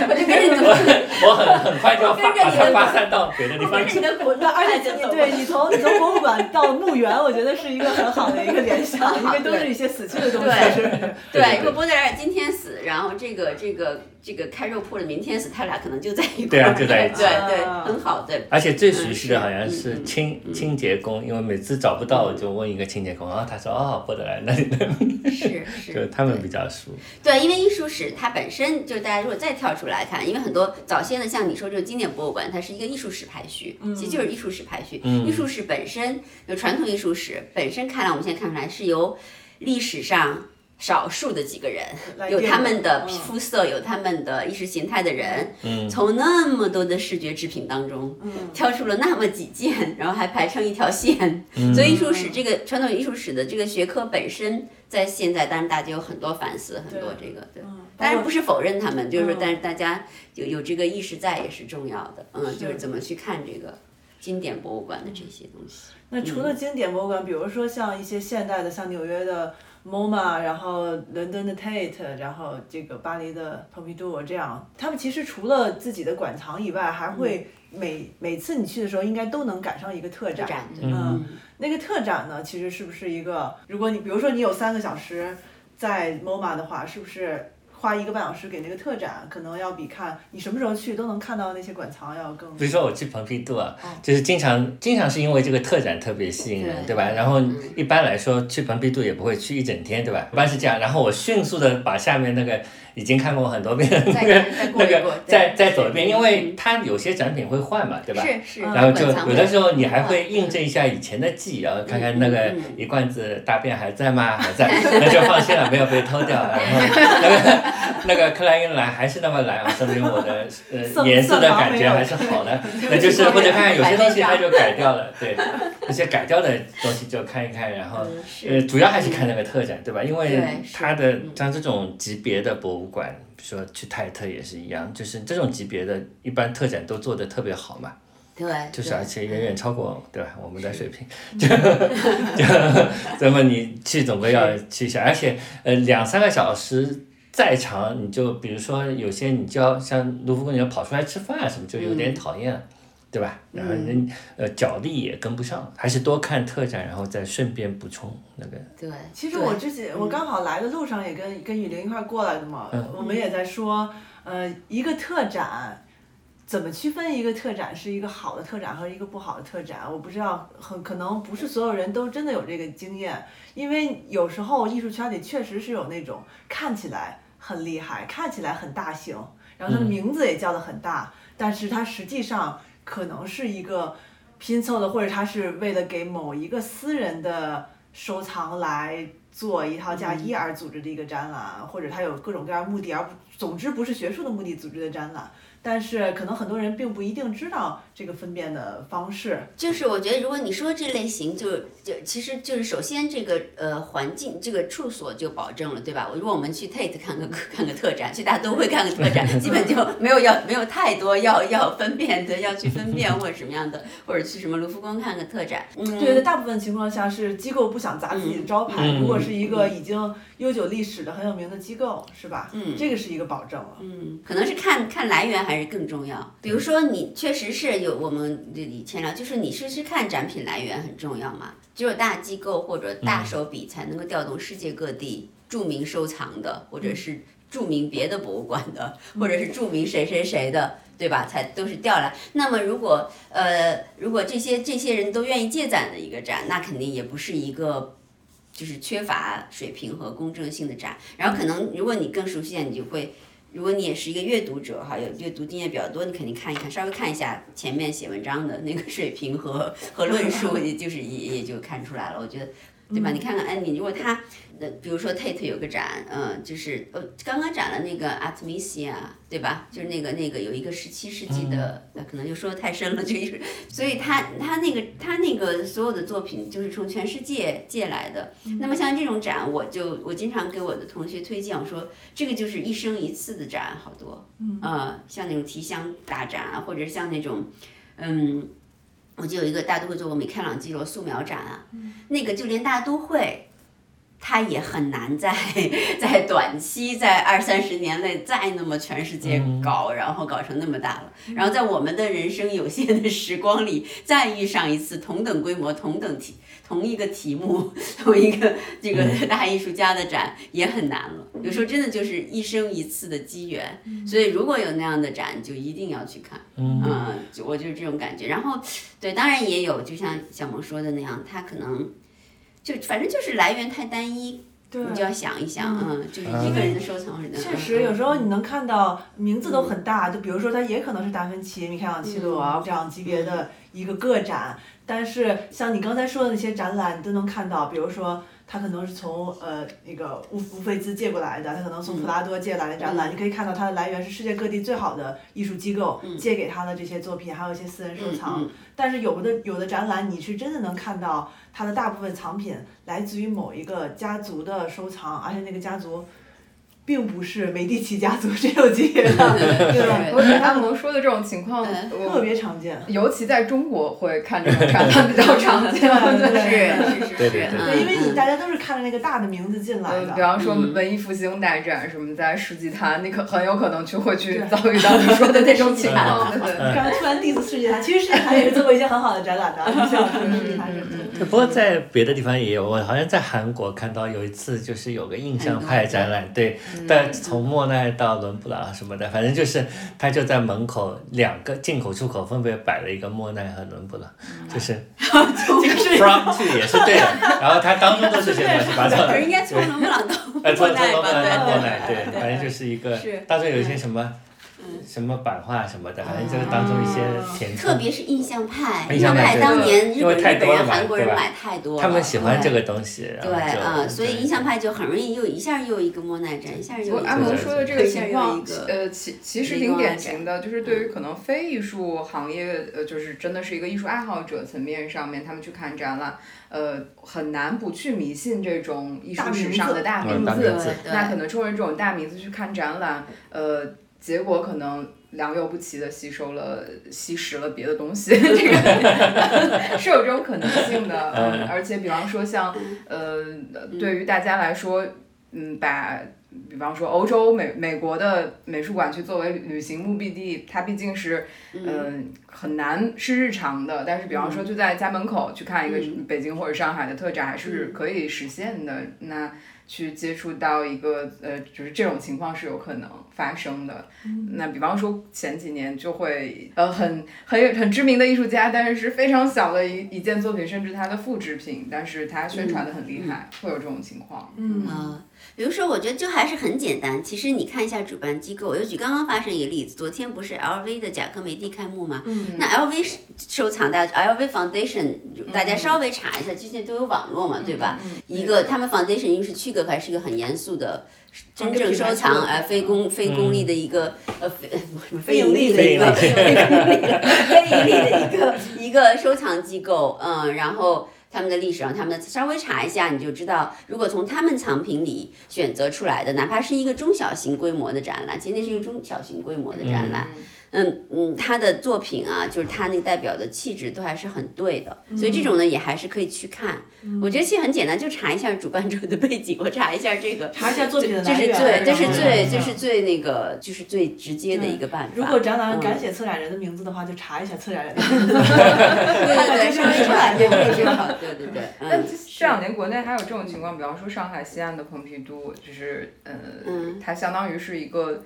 我很很快就要发跟着把你的它发散到别的地方跟着去你。的国那而且就你走对你从你从博物馆到墓园，我觉得是一个很好的一个联想， 因为都是对一些死 去的东西。对是对对对，如果波德莱尔今天死，然后这个这个这个开肉铺的明天死，他俩可能就在一块儿。对啊就在一起对对，啊很好对。而且最熟悉的嗯是好像是嗯清、清洁工，因为每次找不到我就问一个清洁工，然后他说哦，波德莱那里的，是，就是他们比较熟。对，因为艺术史它本身就是大家如果再跳出来看，因为很多早些的像你说这个经典博物馆，它是一个艺术史排序，其实就是艺术史排序。嗯艺术史本身，就传统艺术史本身看来，我们现在看出来是由历史上少数的几个人，来有定他们的嗯肤色，有他们的意识形态的人，嗯从那么多的视觉制品当中，挑出了那么几件，然后还排成一条线。所以艺术史这个传统艺术史的这个学科本身，在现在当然大家有很多反思，很多这个对。嗯当然不是否认他们，就是说，但是大家有有这个意识在也是重要的，嗯，就是怎么去看这个经典博物馆的这些东西。那除了经典博物馆，比如说像一些现代的，像纽约的 MoMA，然后伦敦的 Tate，然后这个巴黎的 Pompidou 这样，他们其实除了自己的馆藏以外，还会每、每次你去的时候，应该都能赶上一个嗯特展。展对嗯，那个特展呢，其实是不是一个，如果你比如说你有三个小时在 MoMA 的话，是不是？花一个半小时给那个特展，可能要比看你什么时候去都能看到那些馆藏要更比如说我去蓬皮杜啊，就是经常经常是因为这个特展特别吸引人，哦对嗯对吧？然后一般来说去蓬皮杜也不会去一整天，对吧？一般是这样，然后我迅速的把下面那个已经看过很多遍的那再个看再过 那一过个再对再走一遍，因为嗯它有些展品会换嘛，对吧？是是，然后就馆藏有的时候你会还会印证一下以前的记忆，然后看看那个嗯嗯一罐子大便还在吗？还在，那就放心了，没有被偷掉。然后那个那个克莱因蓝还是那么蓝，啊说明我 的色呃颜色的色盲感没觉有还是好的。那就是或者看看有些东西它就改掉了， 对，有些改掉的东西就看一看，然后嗯是呃主要还是看那个特展，对吧？因为对是嗯它的像这种级别的博物馆，比如说去泰特也是一样，就是这种级别的一般特展都做得特别好嘛。对，就是对而且远远超过对吧我们的水平， 就就那么你去总归要去一下，而且呃两三个小时再长，你就比如说有些你就要像卢浮宫，你要跑出来吃饭啊什么，就有嗯点讨厌了。对吧？然后人、呃脚力也跟不上，还是多看特展，然后再顺便补充那个。对。其实对我之前我刚好来的路上也跟跟雨林一块儿过来的嘛，我们也在说，呃，一个特展怎么区分一个特展是一个好的特展和一个不好的特展？我不知道，很可能不是所有人都真的有这个经验，因为有时候艺术圈里确实是有那种看起来很厉害、看起来很大型，然后他的名字也叫得很大，但是它实际上可能是一个拼凑的，或者他是为了给某一个私人的收藏来做一套嫁衣而组织的一个展览，或者他有各种各样的目的，而不总之不是学术的目的组织的展览。但是可能很多人并不一定知道这个分辨的方式。就是我觉得，如果你说这类型就，就其实就是首先这个呃环境这个处所就保证了，对吧？我如果我们去 Tate 看个 看个特展，去大都会看个特展，基本就没有要没有太多要要分辨的，要去分辨或者什么样的，或者去什么卢浮宫看个特展，嗯，对对，大部分情况下是机构不想砸自己的招牌。嗯如果是一个已经悠久历史的很有名的机构，是吧？嗯这个是一个保证了。嗯，可能是看看来源还是更重要。比如说，你确实是有我们以前聊，就是你是去看展品来源很重要嘛，只有大机构或者大手笔才能够调动世界各地著名收藏的，或者是著名别的博物馆的，或者是著名谁谁谁的。对吧？才都是调来。那么，如果呃，如果这些这些人都愿意借展的一个展，那肯定也不是一个就是缺乏水平和公正性的展。然后，可能如果你更熟悉一点，你就会如果你也是一个阅读者哈，有阅读经验比较多，你肯定看一看，稍微看一下前面写文章的那个水平和和论述，也就是也也就看出来了。我觉得，对吧？你看看，哎，你如果他，呃，比如说 Tate 有个展，嗯，就是呃，刚刚展了那个 Artemisia，对吧？就是那个那个有一个十七世纪的，呃可能就说的太深了，这个艺术，所以他他那个他那个所有的作品就是从全世界借来的。那么像这种展，我就我经常给我的同学推荐，我说这个就是一生一次的展，好多，嗯，呃，像那种提香大展啊，或者像那种，嗯，我就有一个大都会做过米开朗基罗素描展啊，那个就连大都会它也很难在在短期在二三十年内再那么全世界搞，然后搞成那么大了。然后在我们的人生有限的时光里，再遇上一次同等规模、同等题、同一个题目、同一个这个大艺术家的展也很难了。有时候真的就是一生一次的机缘，所以如果有那样的展，就一定要去看。嗯，就我就是这种感觉。然后对，当然也有，就像小萌说的那样，他可能。就反正就是来源太单一，对你就要想一想，嗯，就是一个人的嗯收藏是那样确实，有时候你能看到名字都很大，就比如说它也可能是达芬奇、米开朗基嗯罗啊这样级别的一个个展，但是像你刚才说的那些展览，你都能看到，比如说。它可能是从呃那个乌乌菲兹借过来的，它可能从普嗯拉多借来的展览，你可以看到它的来源是世界各地最好的艺术机构嗯借给他的这些作品，还有一些私人收藏。但是有的有的展览，你是真的能看到它的大部分藏品来自于某一个家族的收藏，而且那个家族并不是梅第奇家族这种级别的， 对吧？我觉得按摩说的这种情况，嗯我特别常见。尤其在中国会看这种展览比较常见，对对。是是对是是，对对嗯对，因为你嗯大家都是看着那个大的名字进来呃，的比，方说文艺复兴大展什么，在世纪坛，你可很有可能去会去遭遇到你说的那种 情况。对对，刚突 然 diss 世界坛，其实世界坛也是做过一些很好的展览的，你想说世界坛是不过在别的地方也有，我好像在韩国看到有一次，就是有个印象派展览，对，嗯但从莫奈到伦勃朗什么的，反正就是他就在门口两个进口出口分别摆了一个莫奈和伦勃朗，嗯就是 from to 也是对的，然后它当中都是些乱七八糟可的是，应该从伦勃朗到 呃，莫做做奈莫吧，对奈莫对奈，对，反正就是一个是，嗯当中有一些什么。什么版画什么的，反正就是当中一些填充哦特。别是印象派，嗯印象派派当年日因为本太日多本了人、嘛韩国人对吧买太多了，他们喜欢这对。个东西，然后对，就嗯，所以对印象派就很容易又一下又一个莫奈展，一下又我一按个摩对说的这个情况一个，呃，其其实挺典型的，就是对于可能非艺术行业，呃，就是真的是一个艺术爱好者层面上面，他们去看展览，呃，很难不去迷信这种艺术史上的大名字名嗯大字名。字对那可能冲着这种大名字去看展览，呃，结果可能良莠不齐的吸收了、吸食了别的东西，这个 是有这种可能性的。嗯，而且比方说像呃，对于大家来说，嗯，把。比方说，欧洲美美国的美术馆去作为旅行目的地，它毕竟是，嗯、很难是日常的。但是，比方说就在家门口去看一个北京或者上海的特展，还是可以实现的。那去接触到一个呃，就是这种情况是有可能发生的。那比方说前几年就会呃很很有很知名的艺术家，但是是非常小的一一件作品，甚至他的复制品，但是他宣传的很厉嗯害，会有这种情况。嗯，啊，比如说，我觉得就还是很简单。其实你看一下主办机构，我就举刚刚发生一个例子，昨天不是 LV 的贾科梅蒂开幕嘛？那 LV 是收藏大家 LV Foundation，大家稍微查一下，最近都有网络嘛，对吧？嗯一个他们 Foundation 因为是区隔开，是一个很严肃的。真正收藏呃非公非公利的一个呃非 非盈利的一个非盈利的非盈利的一个一个收藏机构，嗯，然后他们的历史，然后他们的稍微查一下，你就知道，如果从他们藏品里选择出来的，哪怕是一个中小型规模的展览，其实那是一个中小型规模的展览，嗯嗯，他的作品啊，就是他那个代表的气质都还是很对的，所以这种呢也还是可以去看。我觉得其实很简单，就查一下主办者的背景，我查一下这个，查一下作品的这来是源。最，这是然后最，嗯这是最那个，就是最直接的一个办法。如果展览嗯敢写策展人的名字的话，就查一下策展人的名字。 对对对，稍微查一下这个就好，对对对，但嗯这这两年国内还有这种情况，比方说上海西岸的蓬皮杜，就是呃，嗯它相当于是一个，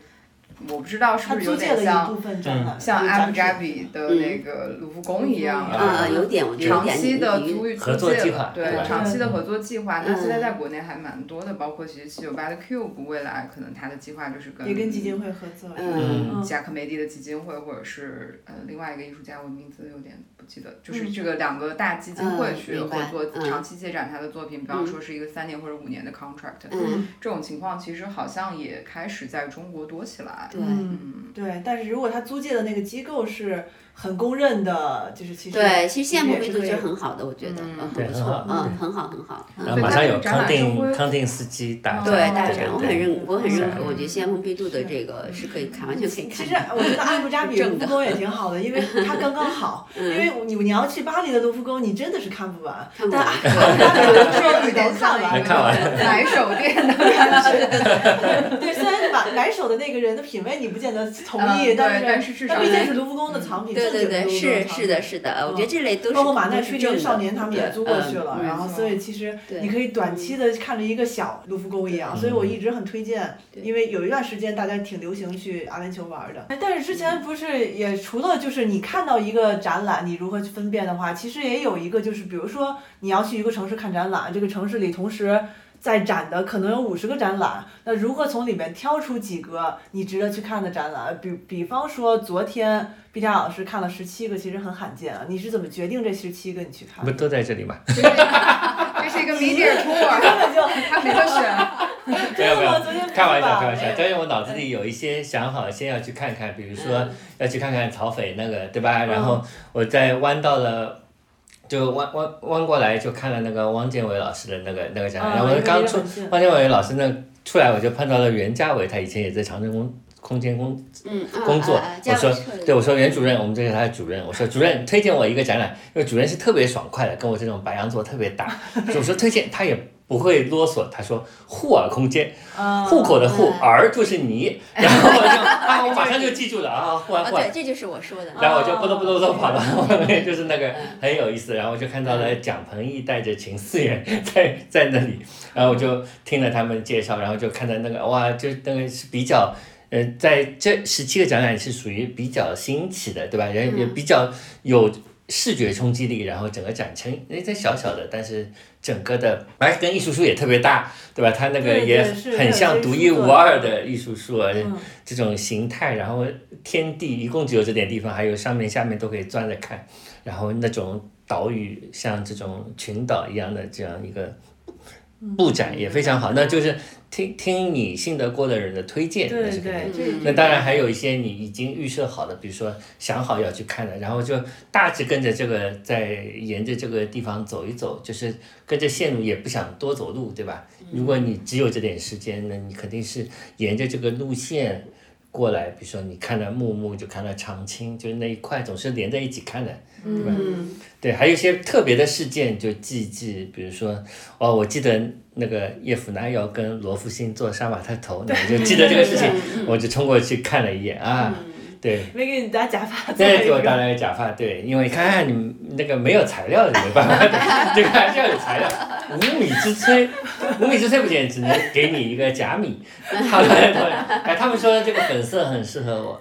我不知道是他不是有租借点了一像部分展览，像阿布扎展比的那个卢浮宫一样，嗯嗯，有点，我觉得有长点期的你租合作计划对对吧长期的合作计划。那嗯现在在国内还蛮多的，包括其实七九八的 Cube，未来可能它的计划就是跟也跟基金会合作。嗯贾科梅蒂的基金会，或者是呃另外一个艺术家，我名字有点不记得，就是这个两个大基金会嗯去明合白作，嗯长期借展他的作品，比方说是一个三年或者五年的 contract，、嗯这种情况其实好像也开始在中国多起来。嗯对嗯，对。但是如果他租借的那个机构是很公认的，就是其实对，其实现在也墨菲是度会就很好的，我觉得，嗯，对很不很错好，嗯，对很好，很好，然嗯后。马上有对它康这个展览定是会康定斯基大哦展，对大对展，我对很认，我很认可，是我觉得现在蒙皮度的这个是可以看，完全可以看其的。实我觉得阿布 扎比卢正浮的宫也挺好的，因为它刚刚 好。因为你你要去巴黎的卢浮宫，你真的是看不完。嗯看不但完阿布扎比 卢浮宫你能嗯看能完。看完买手店的感觉。对，虽然把买手的那个人的品味你不见得同嗯意，对但是但是至少但毕竟是卢浮宫的藏品，对正经对的对，卢浮宫是藏是的，是的，呃我觉得这类都品。嗯是包括马奈都是吹正笛的少年他们也租过去了，嗯然后所以其实对你可以短期的看着一个小卢浮宫一样，所以我一直很推荐，对因为有一段时间大家挺流行去阿联酋玩的。哎但是之前不是也除了就是你看到一个展览，你如何去分辨的话，其实也有一个就是比如说你要去一个城市看展览，这个城市里同时。在展的可能有五十个展览，那如何从里面挑出几个你值得去看的展览？比比方说，昨天毕加老师看了十七个，其实很罕见啊。你是怎么决定这十七个你去看不的？都在这里吗？这是一个 media tour，根本就他没得选。 没有没有昨天不，是 开玩笑吧哎开玩笑。但是我脑子里有一些想好，先要去看看，比如说要去看看剿匪那个，对吧？然后我再弯到了。就弯弯弯过来，就看了那个汪建伟老师的那个嗯那个展览，啊然后我刚出哦离得很近汪建伟老师那出来，我就碰到了袁家伟，他以前也在长征工空间工嗯啊工作啊啊。我加说上车，对，我说袁主任，我们这是他的主任。我说主任推荐我一个展览，因为主任是特别爽快的，跟我这种白羊座特别 搭。我说推荐，他也不会啰嗦。他说户耳空间，啊户口的户，儿就是你。然后我就啊，我马上就记住了啊，户外啊，户外对，。这就是我说的。哦然后我就不噜不噜噜跑到 后面，就是那个很有意思。然后我就看到了蒋鹏毅带着秦思远在在那里，然后我就听了他们介绍，然后就看到那个哇，就那个是比较。呃，在这十七个展览是属于比较新奇的，对吧？也也比较有视觉冲击力，然后整个展陈，哎，这小小的，但是整个的，哎，跟艺术书也特别搭，对吧？它那个对对也是很它像有些独书一做无的二的艺术书，而且嗯这种形态，然后天地一共只有这点地方，还有上面下面都可以钻着看，然后那种岛屿像这种群岛一样的这样一个嗯布展也非常好，那就是听听你信得过的人的推荐，那对是肯定对，的。这嗯那当然还有一些你已经预设好的，比如说想好要去看的，然后就大致跟着这个在沿着这个地方走一走，就是跟着线路也不想多走路，对吧？如果你只有这点时间，那你肯定是沿着这个路线过来，比如说你看到木木就看到长青，就是那一块总是连在一起看的，对吧？嗯，对，还有一些特别的事件就记一记，比如说，哦，我记得那个叶甫那要跟罗复兴做杀马特头，那我就记得这个事情，我就冲过去看了一眼啊，对。没给你打假发，再给我戴了个假发，对，因为看看你们那个没有材料的没办法的，这个还是要有材料。无米之炊，无米之炊不行，只能给你一个假米。他们哎，他们说这个粉色很适合我，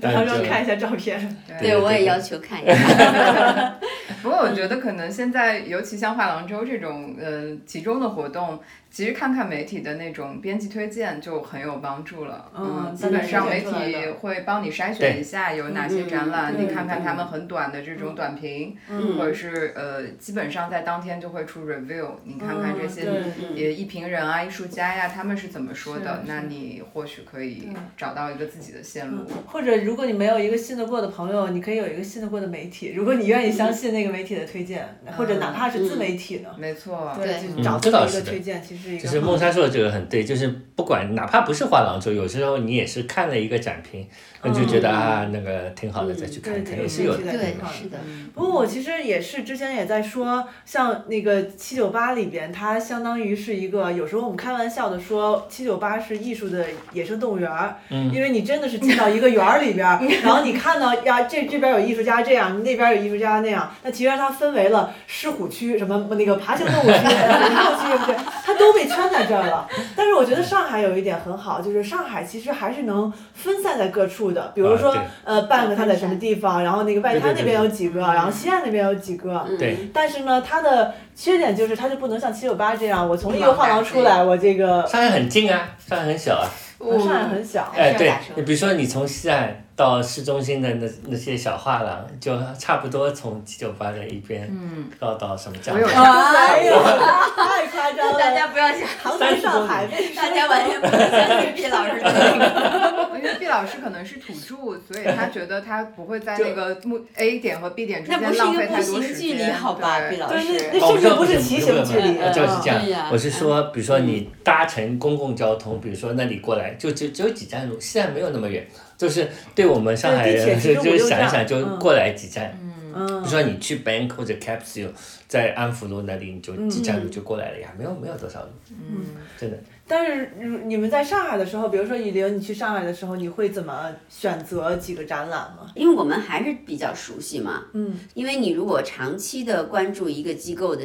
到时候看一下照片。 嗯对对，我也对要求看一下。不过我觉得可能现在，尤其像画廊周这种呃集中的活动，其实看看媒体的那种编辑推荐就很有帮助了。嗯基本上媒自体己选出来的会帮你筛选一下有哪些展览，嗯你看看他们很短的这种短评，嗯或 者是呃，基本上在当天就会出 review，你看看这些嗯也艺评人啊、艺术家呀，他们是怎么说的是，那你或许可以找到一个自己的线路。嗯或者如果你没有一个信得过的朋友，你可以有一个信得过的媒体。如果你愿意相信那个媒体的推荐，或者哪怕是自媒体呢，没错，对，对就找嗯这倒到一是个的推荐，其实一就是个孟好。莎说的这个很对，就是不管哪怕不是画廊周，有时候你也是看了一个展评，那就觉得、啊那个挺好的，再去看对看对也是有的。对对，是的，嗯不过我其实也是之前也在说，像那个七九八里边，它相当于是一个，有时候我们开玩笑的说，七九八是艺术的野生动物园儿，嗯因为你真的是进到一个园儿里 边儿，然后你看到呀，这这边有艺术家这样，那边有艺术家那样，那其实它分为了狮虎区、什么那个爬行动物区、然后动物区，对，它都被圈在这儿了。但是我觉得上海有一点很好，就是上海其实还是能分散在各处的，比如说、啊对呃半个它在什么地方，然后那个外滩那边有几个，然后西岸那边有几个，嗯对，但是呢，它的缺点就是它就不能像七九八这样，我从一个画廊出来，我这个上海很近啊，上海很小啊。呃上海很小。哎，上对海是吧，你比如说你从西岸到市中心的那那些小画廊，就差不多从七九八的一边嗯绕到什么江嗯我有边哎呦，太夸张 了！嗯大家不要想，唐山上海被大家完全不能相信毕老师的那个。 因为毕老师可能是土著，所以他觉得他不会在那个目 A 点和 B 点之那间不是浪一个费步太多行时距离，间。好吧，毕对老对师。那那哦甚我知至道不是行骑不行问距离，嗯我知道是这对呀样。我是说，比如说你搭乘公共交通，比如说那里过来就只只有几站路，现在没有那么远，就是对我们上海对地铁人其实就五就六想一站想就嗯过来几站。比嗯如，说你去 Bank 或者 Capsule，在安福路那里你嗯就几站路就过来了呀，没有没有多少路，嗯，真的。但是如你们在上海的时候，比如说雨林，你去上海的时候，你会怎么选择几个展览吗？因为我们还是比较熟悉嘛，嗯，因为你如果长期的关注一个机构的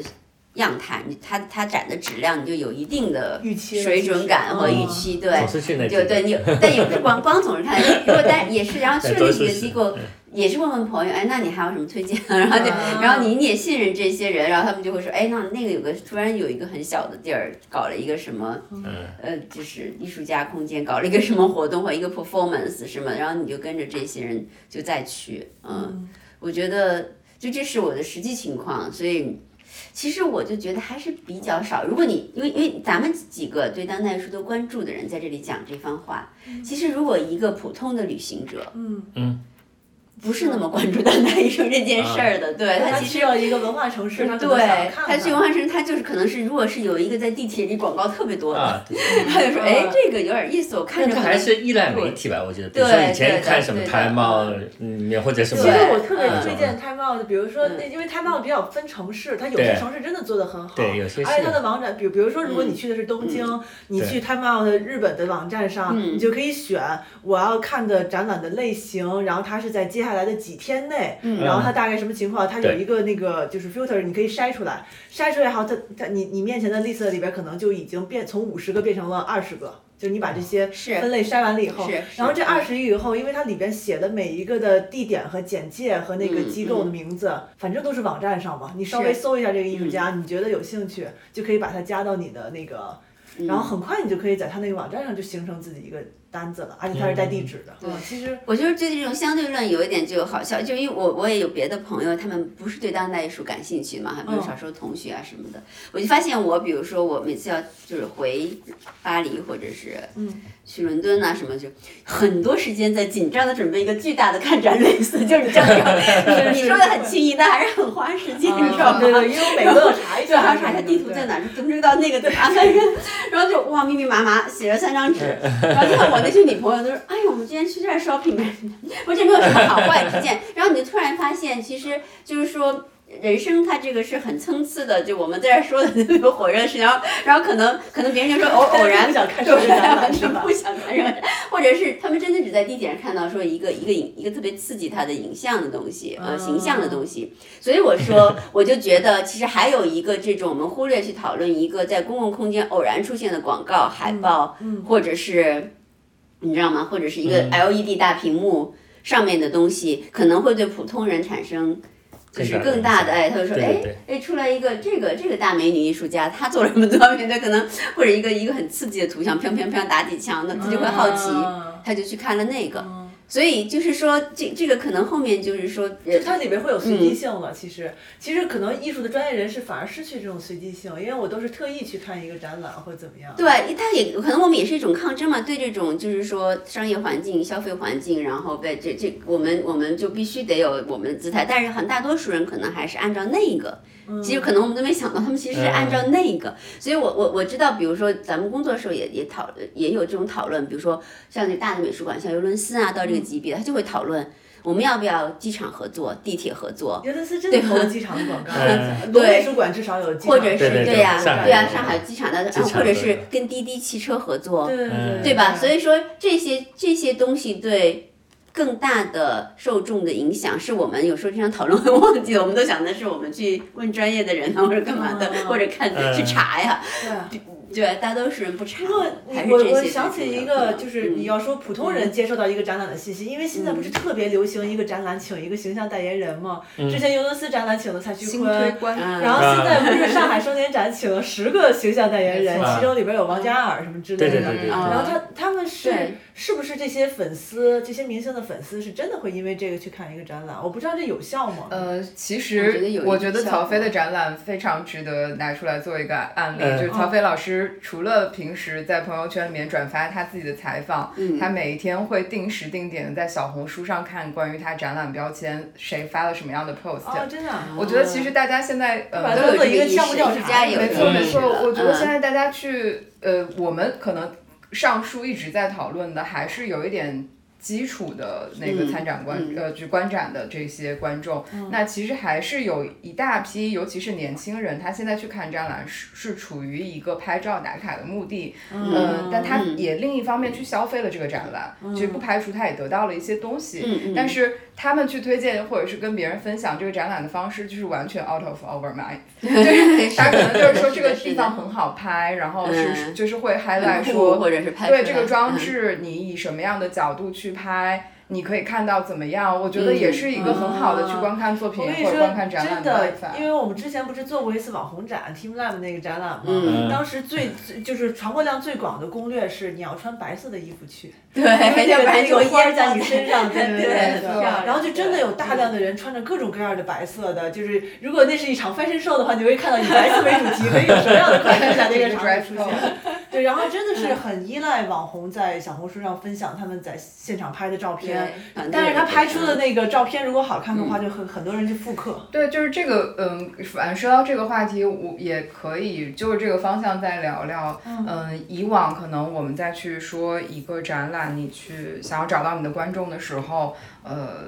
样态，你它它展的质量，你就有一定的预期了水其准实感和预嗯期，对，总是去那几就个对你，但也不是光光总是看，哎如果但也是，然后去了多那试几个试机构，也是问嗯问朋友，哎，那你还有什么推荐？然后对，啊然后你也信任这些人，然后他们就会说，哎，那那个有个突然有一个很小的地儿搞了一个什么，呃，就是艺术家空间搞了一个什么活动或一个 performance 什么，然后你就跟着这些人就再去，嗯，我觉得就这是我的实际情况，所以。其实我就觉得还是比较少。如果你因为因为咱们几个对当代艺术都关注的人在这里讲这番话，其实如果一个普通的旅行者，嗯 嗯，不是那么关注当代艺术这件事儿的，对他他其实去。了一个文化城市，他可能想对，看他去文看。化城，他就是可能是，如果是有一个在地铁里广告特别多的，啊，对 他就嗯说，哎，这个有点意思，我看但着它可还能是依赖媒体吧，我觉得，比如说以对前对看什么对对 Time Out，嗯，或者什其么实我特别嗯推荐 Time Out，比如说那，嗯因为 Time Out 比较分城市，它有对些城市真的做得很好，对有些而且是它的网站，比如比如说，如果嗯你去的是东京，你对去 Time Out 的日本的网站上，嗯你就可以选我要看的展览的类型，然后它是在接下来的几天内，然后它大概什么情况，它有嗯对一个那个就是 filter，你可以筛出来，筛出来后，它它你你面前的 list 里边可能就已经变从五十个变成了二十个。就是你把嗯这些是分类筛完了以后是是，然后这二十以后，因为它里边写的每一个的地点和简介和那个嗯机构的名字，反正都是网嗯站上嘛，你稍微搜一下这个艺术家，你觉得有兴趣，就可以把它加到你的那个，嗯然后很快你就可以在他那个网站上就形成自己一个单子了，而且它是带地址的。对嗯其实我就是对这种相对论有一点就好笑，就因为我我也有别的朋友，他们不是对当代艺术感兴趣嘛，还比如嗯小时候同学啊什么的，我就发现我，比如说我每次要就是回巴黎或者是嗯去伦敦啊什么，就很多时间在紧张的准备一个巨大的看展 list，就是这样， 你你说的很轻易，但还是很花时间，你知道吗？ 嗯啊对对，因为我每个都有查一对，下，还要查一下地图在哪儿，怎么知道那个怎么安排人， 然后就哇密密麻麻写了三张纸，然后就看我那些女朋友都说，哎呀，我们今天去这儿 shopping，我 这没有什么好坏之见，然后你就突然发现，其实就是说。人生它这个是很参差的，就我们在这儿说的那个火热的事情，然后然后可能可能别人就说偶偶然不想看对社会展览 完是全吧不想看什么，或者是他们真的只在地铁上看到说一个一个影一个特别刺激他的影像的东西，呃，形象的东西。所以我说，我就觉得其实还有一个这种我们忽略去讨论一个在公共空间偶然出现的广告、海报，或者是你知道吗？或者是一个 LED 大屏幕上面的东西，可能会对普通人产生。就是更更大大的的哎，他就说对哎对对哎，出来一个这个这个大美女艺术家，她做了什么多少面对可能或者一个一个很刺激的图像，砰砰砰打几枪，那他就会好嗯奇，他就去看了那个。所以就是说，这这个可能后面就是说，呃它里边会有随机性了。其实，其实可能艺术的专业人士反而失去这种随机性，因为我都是特意去看一个展览或者怎么样。对，它也可能我们也是一种抗争嘛，对这种就是说商业环境、消费环境，然后被这这，我们我们就必须得有我们的姿态，但是很大多数人可能还是按照那个，嗯其实可能我们都没想到，他们其实是按照那个，所以我我我知道，比如说咱们工作的时候也也讨也有这种讨论，比如说像那大的美术馆，像尤伦斯啊，到嗯这个级别，他就会讨论我们要不要机场合作、地铁合作，尤伦斯真的投了机场的广 告嗯，龙对美术馆至少有机场或者对是对对呀、上海对呀、有上海机场的，机场或者有是跟滴滴汽车合作，对对对啊嗯对吧？所以说这些这些东西对更大的受众的影响，是我们有时候经常讨论会忘记的。我们都想的是我们去问专业的人啊，或者干嘛的，嗯或者看嗯去查呀。对对，大多数人不查不过，还你是我这些我最想重起要一的嗯个，就是你要说普通人接受到一个展览的信息，因为现在不是特别流行一个展览请一个形象代言人吗？嗯之前尤伦斯展览请了蔡徐新推坤，官嗯然后现在不是上海双年展请了十个形象代言人，嗯其中里边有王嘉尔什么之类的。对对对对对，嗯然后他他们是对是不是这些粉丝，这些明星的粉丝是真的会因为这个去看一个展览？我不知道这有效吗？呃，其我觉得实有一我定觉得效曹果飞的展览非常值得拿出来做一个案例，嗯哦就是曹飞老师实除了平时在朋友圈里面转发他自己的采访，嗯他每一天会定时定点的在小红书上看关于他展览标签谁发了什么样的 post。哦，真的啊，我觉得其实大家现在把呃它都当有做一个意识项目调大家查，有啊没这错个没意识错，了我觉得嗯现在大家去呃，我们可能上述一直在讨论的还是有一点。基础的那个嗯参展观、嗯呃，就观展的这些观众，那其实还是有一大批，尤其是年轻人，他现在去看展览是是处于一个拍照打卡的目的，嗯、呃，但他嗯也另一方面去消费了这个展览，其实不排除他也得到了一些东西，嗯嗯但是他们去推荐或者是跟别人分享这个展览的方式，就是完全 out of our mind，就是他可能就是说这个地方很好拍，然后是嗯就是会 highlight 很酷说或者是拍对出这个来装嗯置你以什么样的角度去拍。你可以看到怎么样？我嗯觉得也是一个很好的去观看作品啊我跟你或者观看说，展览真的的办法，。因为我们之前不是做过一次网红展 Team Lab 那个展览吗？嗯当时最最就是传播量最广的攻略是你要穿白色的衣服去， 对，要哎要不然不然就就花儿烟在在你身上，对对对对对然后就真的有大量的人穿着各种各样的白色的，就是如果那是一场 fashion show 的话，你会看到以白色为主题，可以有什么样的款式在那个场合出 Dress code 现。 对，然后真的嗯是很依赖网红在小红书上分享他们在现场拍的照片，啊对嗯但是他拍出的那个照片如果好看的话，就很很多人去复刻。对，就是这个，嗯，反说到这个话题，我也可以就这个方向再聊聊。嗯、以往可能我们再去说一个展览，你去想要找到你的观众的时候，呃。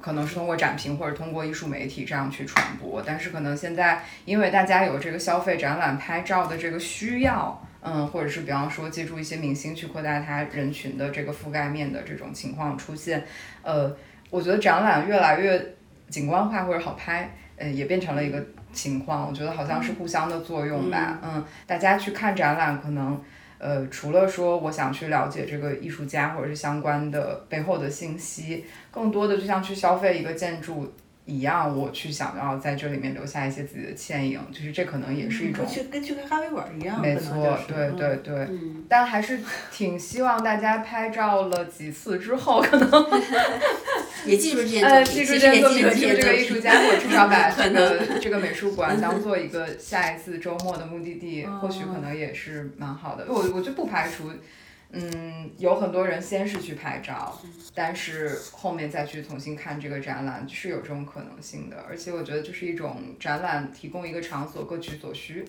可能是通过展评或者通过艺术媒体这样去传播，但是可能现在因为大家有这个消费展览拍照的这个需要，嗯，或者是比方说借助一些明星去扩大他人群的这个覆盖面的这种情况出现，呃，我觉得展览越来越景观化或者好拍，呃，也变成了一个情况。我觉得好像嗯是互相的作用吧。嗯，大家去看展览，可能呃，除了说我想去了解这个艺术家或者是相关的背后的信息，更多的就像去消费一个建筑。一样，我去想要在这里面留下一些自己的倩影，就是这可能也是一种跟去跟去开咖啡馆一样，没可能错就是，对嗯对对，但还是挺希望大家拍照了几次之后，可能也记住这件呃作记品，住这其实也件作记品，住记住件这作个艺术家，我至少把可这能个这个美术馆当做一个下一次周末的目的地，或许可能也是蛮好的。我我就不排除。嗯，有很多人先是去拍照，但是后面再去重新看这个展览是有这种可能性的，而且我觉得就是一种展览提供一个场所各取所需。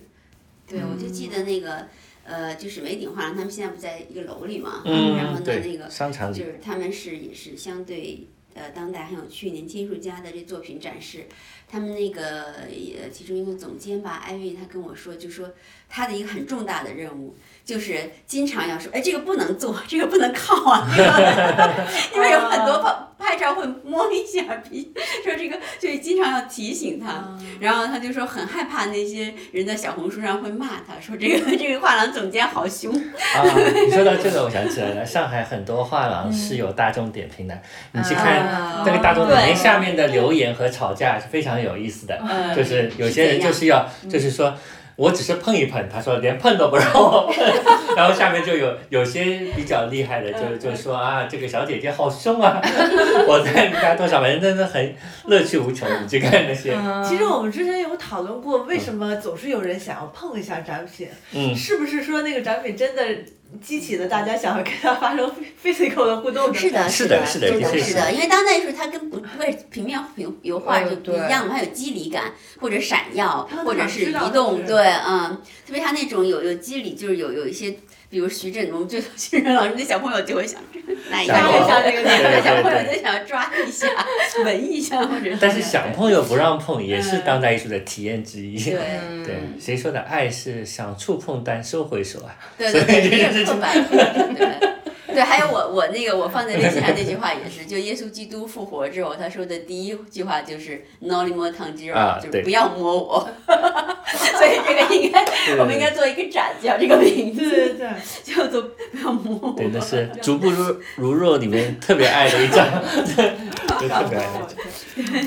对，我就记得那个呃，就是梅鼎画廊，他们现在不在一个楼里嘛，然后嗯，呢对，那个商场就里，是他们是也是相对呃当代很有趣年轻艺术家的这作品展示。他们那个呃其中一个总监吧，艾薇，他跟我说，就说他的一个很重大的任务，就是经常要说，哎，这个不能做，这个不能靠啊， 这个因为有很多拍拍照会摸一下鼻， 说这个，所以经常要提醒他。嗯然后他就说很害怕那些人在小红书上会骂他，说这个 这个画廊总监好凶。啊，你说到这个，我想起来了，上海很多画廊是有大众点评的，你去看嗯啊那个大众点评对下面的留言和吵架是非常有意思的，嗯 就是有些人是怎样就是要，就是说。我只是碰一碰，他说连碰都不让我碰， 然后下面就有有些比较厉害的嗯就就说啊，这个小姐姐好凶啊， 我在你家多少，反正真的很乐趣无穷。你去看那些，其实我们之前有讨论过，为什么总是有人想要碰一下展品，嗯，是不是说那个展品真的激起了大家想要跟它发生 physical 的互动？是的，是的的，是是的的确是是的，因为当代艺术它跟不不是平面油油画就不一样嘛，它有肌理感，或者闪耀它，或者是知道移动，是对，嗯，特别它那种有有肌理，就是有有一些，比如徐震，我们就徐震老师那小朋友就会想 那一想下碰那个对对小朋友对就想抓一下、闻一下，或者但是想碰又不让碰，也嗯是当代艺术的体验之一。对 对，嗯谁说的爱是想触碰但收回手啊？对所对以对，这这个是是刻板的，对。对，还有我我那个我放在微信上那句话也是，就耶稣基督复活之后，他说的第一句话就是 “No more t o n g e r 啊就是对不要摸我。 所以这个应该 对我们应该做一个展，叫这个名对字，对 对，叫做不要摸我。 对，那是《逐步如如若》里面特别爱的一张，特别爱 那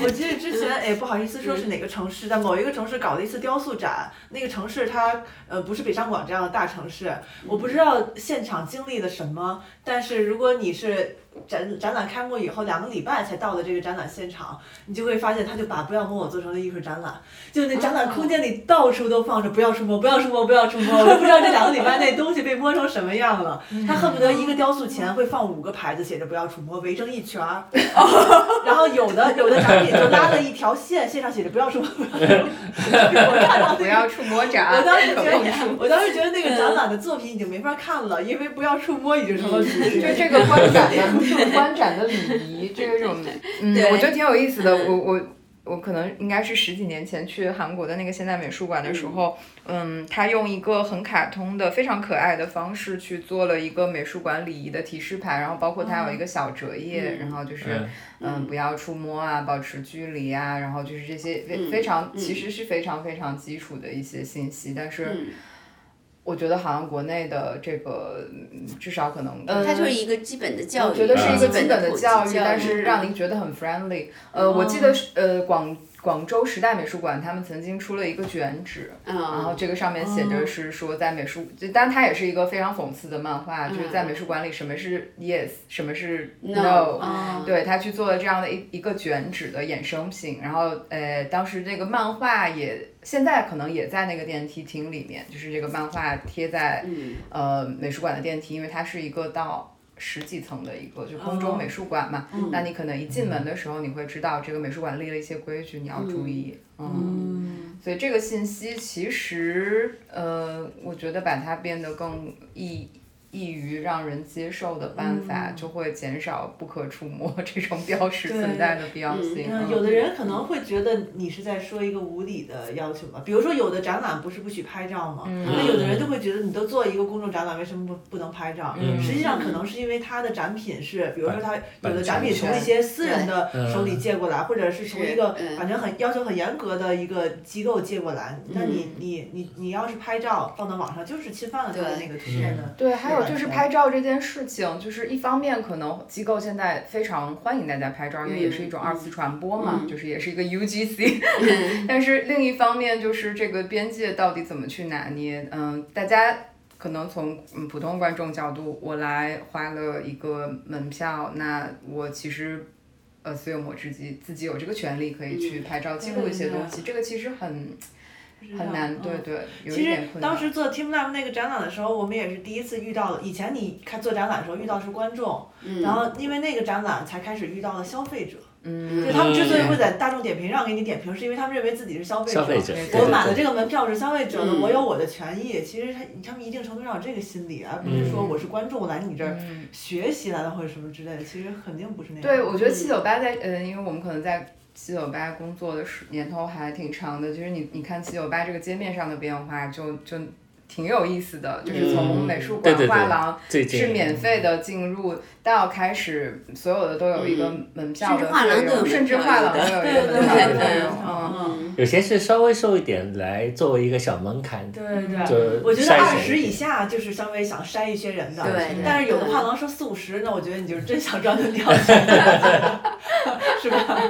我记得之前，哎，不好意思说是哪个城市，在某一个城市搞了一次雕塑展。那个城市它呃不是北上广这样的大城市，我不知道现场经历了什么，但是如果你是。展展览开幕以后两个礼拜才到的这个展览现场，你就会发现他就把“不要摸我”做成了艺术展览，就那展览空间里到处都放着“不要触摸，不要触摸，不要触摸”，我都不知道这两个礼拜内东西被摸成什么样了。他恨不得一个雕塑前会放五个牌子，写着“不要触摸”，围成一圈儿。 然后有的有的展品就拉了一条线，线上写着“不要触摸”，我 看到不要触摸闸，我当时觉啊可得不能触， 我当时觉得那个展览的作品已经没法看了，因为不要触摸已经成了主嗯 题。就这 个观展的，就是观展的礼仪，这个种，嗯对，我觉得挺有意思的。我我我可能应该是十几年前去韩国的那个现代美术馆的时候，嗯，他用一个很卡通的、非常可爱的方式去做了一个美术馆礼仪的提示牌，然后包括它哦有一个小折页，然后就是嗯嗯，不要触摸啊，保持距离啊，然后就是这些嗯非非常其实是非常非常基础的一些信息，但是。嗯我觉得好像国内的这个，嗯至少可能，嗯，它就是一个基本的教育，啊我觉得是一个基基本的的普及教育，嗯但育是让你觉得很 friendly。呃，我记得是呃广广州时代美术馆他们曾经出了一个卷纸，嗯然后这个上面写着是说在美术，就但它也是一个非常讽刺的漫画，就是在美术馆里什么是 yes，什么是嗯 No， no，嗯对他去做了这样的一一个卷纸的衍生品，然后呃当时这个漫画也。现在可能也在那个电梯厅里面，就是这个漫画贴在、嗯呃美术馆的电梯，因为它是一个到十几层的一个就空哦中美术馆嘛，嗯那你可能一进门的时候，你会知道这个美术馆立了一些规矩，你要注意。嗯，所以这个信息其实，呃，我觉得把它变得更易易于让人接受的办法，嗯就会减少不可触摸这种 标识存在的必要性。嗯，有的人可能会觉得你是在说一个无理的要求吧，比如说有的展览不是不许拍照吗？那有的人就会觉得你都做一个公众展览，为什么不不能拍照？实际上可能是因为他的展品是，比如说他有的展品从一些私人的手里借过来，或者是从一个嗯反正很要求很严格的一个机构借过来，嗯那你你你你要是拍照放到网上，就是侵犯了他的那个图片的。对，还有就是拍照这件事情，就是一方面可能机构现在非常欢迎大家拍照，因为也是嗯一种二次传播嘛，就是也是一个 UGC。但 嗯是另一方面就是这个边界到底怎么去拿捏，嗯，大家。可能从嗯普通观众角度，我来花了一个门票，那我其实，呃，所以我自己自己有这个权利可以嗯去拍照记录一些东西，这个其实很很难，嗯对对，有一其实点困难。当时做 Team Lab 那个展览的时候，我们也是第一次遇到了。以前你开做展览的时候遇到是观众，嗯然后因为那个展览才开始遇到了消费者。嗯，就他们之所以会在大众点评上给你点评，是因为他们认为自己是消费者。消费者对我对买了对这个门票是消费者的，嗯我有我的权益。其实他他们一定程度上有这个心理，而不是说我是观众我来你这嗯儿学习来了或者什么之类的。其实肯定不是那样。嗯对，我觉得七九八在呃，因为我们可能在七九八工作的时年头还挺长的，就是你你看七九八这个街面上的变化就，就挺有意思的，就是从美术馆、嗯对对对画廊最近是免费的进入，到开始所有的都有一个嗯门票甚至的画廊费都有用，门甚至票画有廊的都有一对个对门票的对费对 用， 嗯。嗯，有些是稍微收一点来作为一个小门槛，对就对。是我觉得筛选二十以下就是稍微想筛一些人的，对但是有的对画廊说四五十，那我觉得你就是真想赚个掉去，是吧？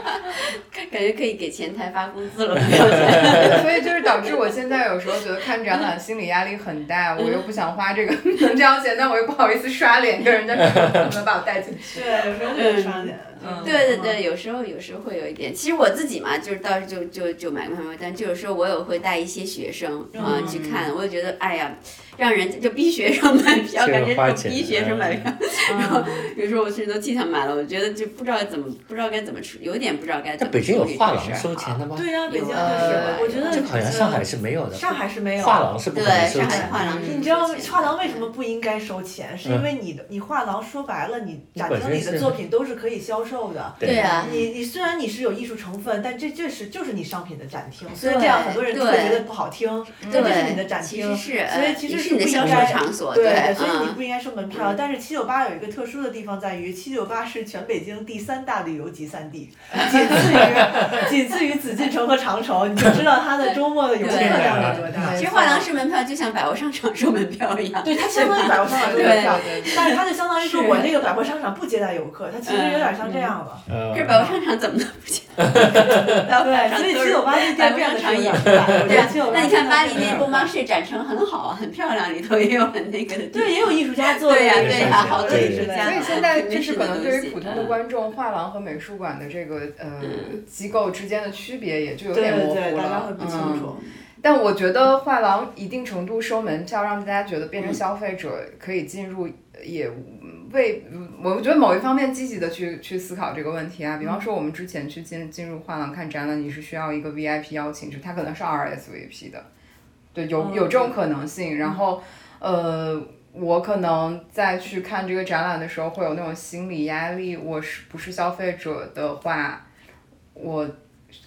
感觉可以给前台发工资了，没有 钱所以就是导致我现在有时候觉得看展览心理压力很大，我又不想花 这个门票钱，但我又不好意思刷脸跟人家说能把我带进去。 对，有时候会刷脸。嗯对对对，有时候有时候会有一点。其实我自己嘛，就是到时就就就买过他们，但就有时候我也会带一些学生嗯啊、去看，我就觉得哎呀，让人家就逼学生买票， 这个感觉花是钱逼学生买票。嗯然后有时候我甚至都替他买了，我觉得就不知道怎么不知道该怎么处，有点不知道该那怎么处北理这京事儿啊。有画廊收钱的 吗？对呀、北京就是，呃我觉得好像上海是没有的，上海是没有画廊是不可能对收上海钱画的。廊是收钱的，你知道画廊为什么不应该收钱？嗯是因为你的你画廊说白了，你展厅里的作品都是可以销售的。对啊，你你虽然你是有艺术成分，但这这是就是你商品的展厅，所以这样很多人就会觉得不好听，对，但嗯这是你的展其厅实，是呃所以其实也是是你的不应销售该场所，对对，所以你嗯不应该收门票。但是七九八有一个特殊的地方在于，七九八是全北京第三大旅游集散地，仅次于仅次于紫禁城和长城，你就知道它的周末的游客量有多大对。其实画廊收门票就像百货商场收门票一样，对，它相当于百货商场收门对票对对，但是它就相当于说是我这个百货商场不接待游客，它其实有点像这样了。呃，日本商场怎么都不见，对对，所以七九八这店变得是有点大。对啊七九，八那你看巴黎那个蹦巴士展城很好啊，很漂亮，里头也有很那个的地方。对，也有艺术家做的对呀、对对呀、呀好多艺术家。啊所以现在很就真是实可的能东对于西普通嗯的观众，画廊和美术馆的这个呃机构之间的区别也就有对点模对糊大家会了。不清嗯，楚。但我觉得画廊一定程度收门票，让大家觉得变成嗯消费者可以进入，也为我觉得某一方面积极的去去思考这个问题啊。嗯比方说，我们之前去进进入画廊看展览，你是需要一个 VIP 邀请制，它可能是 RSVP 的，对，有有哦这种可能性。嗯然后，呃。我可能在去看这个展览的时候，会有那种心理压力。我是不是消费者的话，我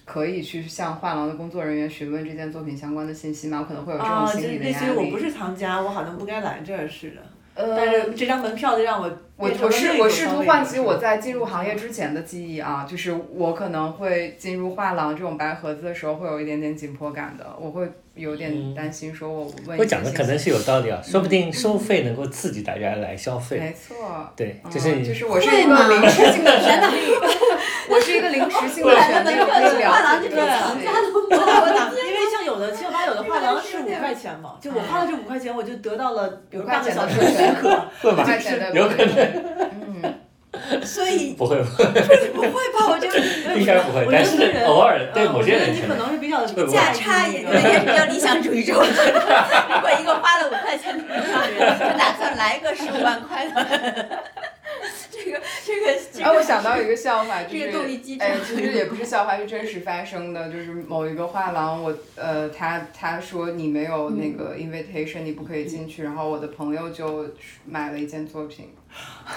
可以去向画廊的工作人员询问这件作品相关的信息吗？我可能会有这种啊，就心理的类压似力。于我不是藏家，我好像不该来这儿似的。但呃，是这张门票就让我我变成我了试另一我种试消图费唤者起我在进入行业之前的记忆啊，就是我可能会进入画廊这种白盒子的时候，会有一点点紧迫感的，我会有点担心，说我问一嗯我些讲的信可能息是有道理啊，说不定收费能够刺激大家来消费。没错。对，嗯就是就你是我是一个临时性 的权利，我是一个临时性的权利，我可以画了廊解就这是个藏东西 我打我打，因为像有的七九八有的画廊是五块钱嘛，就我花了这五块钱，我就得到了比如半个小时的授课，会五吧？块钱的有可能嗯所以不会吧，不会吧？我就 应该不会，我觉得但是这个人 偶尔对嗯某些我觉得人你可可能能。是比较对我价差也 有点比较理想主义者。我觉得如果一个花了五块钱的人，就打算来个十五万块的，这个这个这哎，我个想到一个笑话，就这是个动力机制哎，其实也不是笑话，是真实发生的。就是某一个画廊，我呃，他他说你没有那个嗯 invitation，、你不可以进去。然后我的朋友就买了一件作品，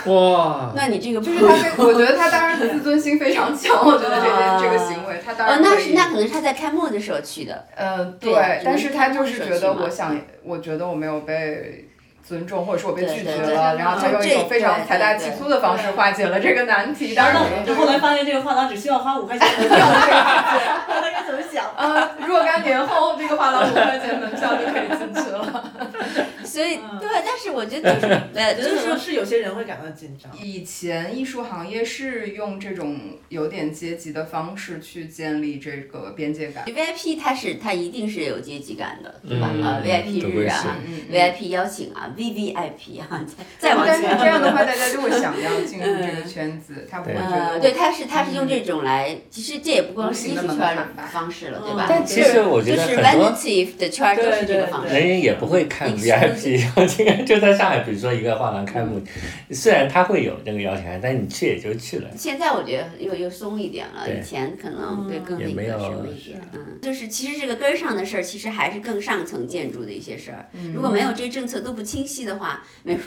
哇，那你这个不就是 他非，我觉得他当然自尊心非常强。我觉得这件这个行为，他当哦然，那可是以。那可能是他在开幕的时候去的，呃，对啊对，但只是能他通就过是手觉机得嘛嗯我想，我觉得我没有被尊重，或者是我被对拒对绝对了，然后他就哦用一这种非常对财大对气对嗯粗的方式化解了这个难题。当然然后我们呢，后来发现这个画廊只需要花五块钱门票就可以进去，大家怎么 想？啊，若干年后，这个画廊五块钱门票就可以进去了。 所以嗯对，但是我觉得 就是呃，就就是说嗯是是有些人会感到紧张，以前艺术行业是用这种有点阶级的方式去建立这个边界感。 VIP 它是它一定是有阶级感的，对吧？嗯啊，VIP 日啊嗯嗯嗯，VIP 邀请啊，VVIP 啊，再再往但是前这样的 话，大家就会想要进入这个圈子，他不会觉得呃，我对，。他是他是用这种来，其实这也不光是艺术圈的方式了，嗯对吧？但其实我觉就得是很多 vanity 的圈儿都是这个方式。人也不会看嗯 VIP，我今天就在上海，比如说一个画廊开幕，虽然他会有那个邀请函，但你去也就去了。现在我觉得又又松一点了，对以前可能对更也那没个有什么一点，嗯，就是其实这个根儿上的事儿，其实还是更上层建筑的一些事儿。嗯如果没有这政策都不清晰的话，美 术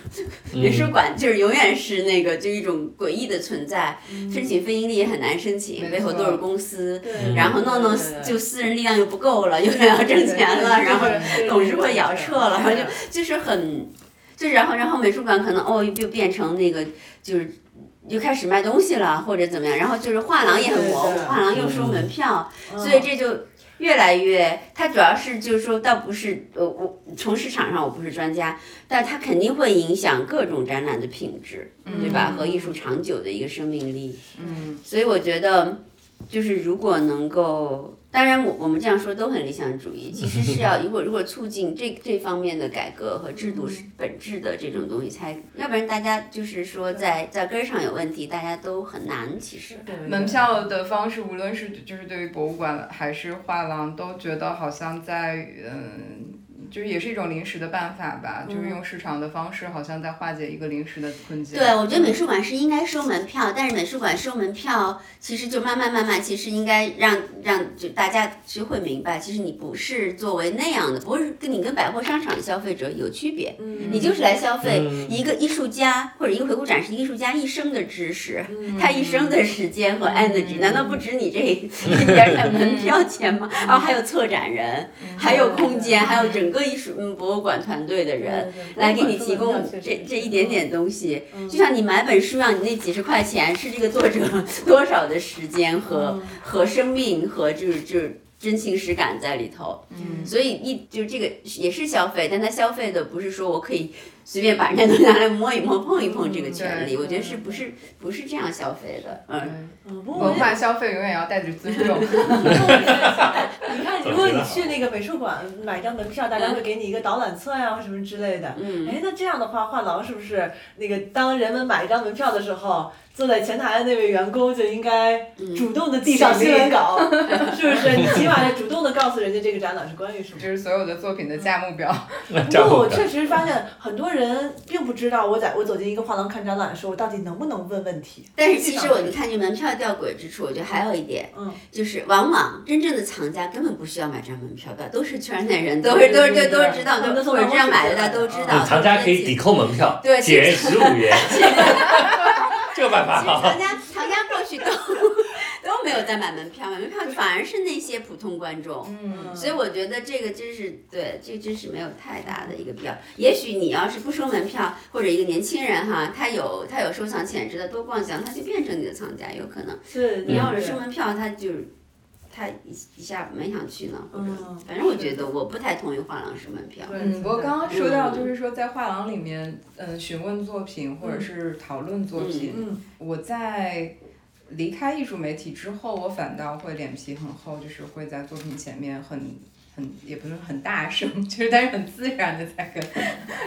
美嗯术馆就是永远是那个就一种诡异的存在，申请非盈利也很难申没请，背后都错是公司，对然后弄弄嗯对对对就私人力量又不够了，又想要挣钱了，然后对董事会摇彻了，然后对就就是很，就然后然后美术馆可能哦又变成那个就是又开始卖东西了或者怎么样，然后就是画廊也很模对嗯糊，对画廊又收门票，所以这就。越来越，它主要是就是说，倒不是呃，我从市场上我不是专家，但它肯定会影响各种展览的品质，对嗯吧？和艺术长久的一个生命力。嗯，所以我觉得，就是如果能够，当然我我们这样说都很理想主义，其实是要如果如果促进这这方面的改革和制度是本质的这种东西才，要不然大家就是说在在根儿上有问题，大家都很难其实。门票的方式，无论是就是对于博物馆还是画廊，都觉得好像在嗯。就是也是一种临时的办法吧，就是用市场的方式，好像在化解一个临时的困境。对，我觉得美术馆是应该收门票，但是美术馆收门票，其实就慢慢慢慢，其实应该让让就大家其实会明白，其实你不是作为那样的，不是跟你跟百货商场消费者有区别，你就是来消费一个艺术家或者一个回顾展示艺术家一生的知识，他一生的时间和 energy，难道不止你这一点点门票钱吗？然后还有策展人，嗯还有空间，还有整个艺术嗯博物馆团队的人嗯来给你提供这这一点点东西，就像你买本书让你那几十块 嗯钱是这个作者多少的时间和和生命和就是就是。真情实感在里头。嗯，所以一就这个也是消费，但它消费的不是说我可以随便把人家东西拿来摸一摸、碰一碰这个权利，对我觉得是不是不是这样消费的？嗯，嗯，不过我文觉化得消费永远要带着尊重。 你看，如果你去那个美术馆买张门票，大家会给你一个导览册呀、或什么之类的。嗯哎，那这样的话，画廊是不是那个当人们买一张门票的时候，坐在前台的那位员工就应该嗯主动的递上新闻稿，是不是？你起码要主动的告诉人家这个展览是关于什么这。是所有的作品的价目表。 这样不过好我确看实发现，很多人并不知道我在我走进一个画廊看展览的时候，我到底能不能问问题。但是啊其实我你看这门票吊诡之处，我觉得还有一点，嗯，就是往往真正的藏家根本不需要买张门票的，都是圈内人，都是都是对对都是知道，他们都都从是或者办这公样室买进的，来都的知嗯道。藏家可以抵扣门票，对其实减十五元， 这个办法其实 好。藏 家藏家过去都 都没有在买门票，买门票反而是那些普通观众。嗯所以我觉得这个真是对，这真是没有太大的一个必要。也许你要是不收门票，或者一个年轻人哈，他有他有收藏潜质的，多逛逛，他就变成你的藏家，有可能。是，你要是嗯是收门票，他就他一一下没想去呢，或者嗯反正我觉得我不太同意画廊收门票。嗯，我刚刚说到就是说在画廊里面，嗯，询问作品嗯或者是讨论作品，嗯我在离开艺术媒体之后，我反倒会脸皮很厚，就是会在作品前面很很也不是很大声， 就是但是很自然的在跟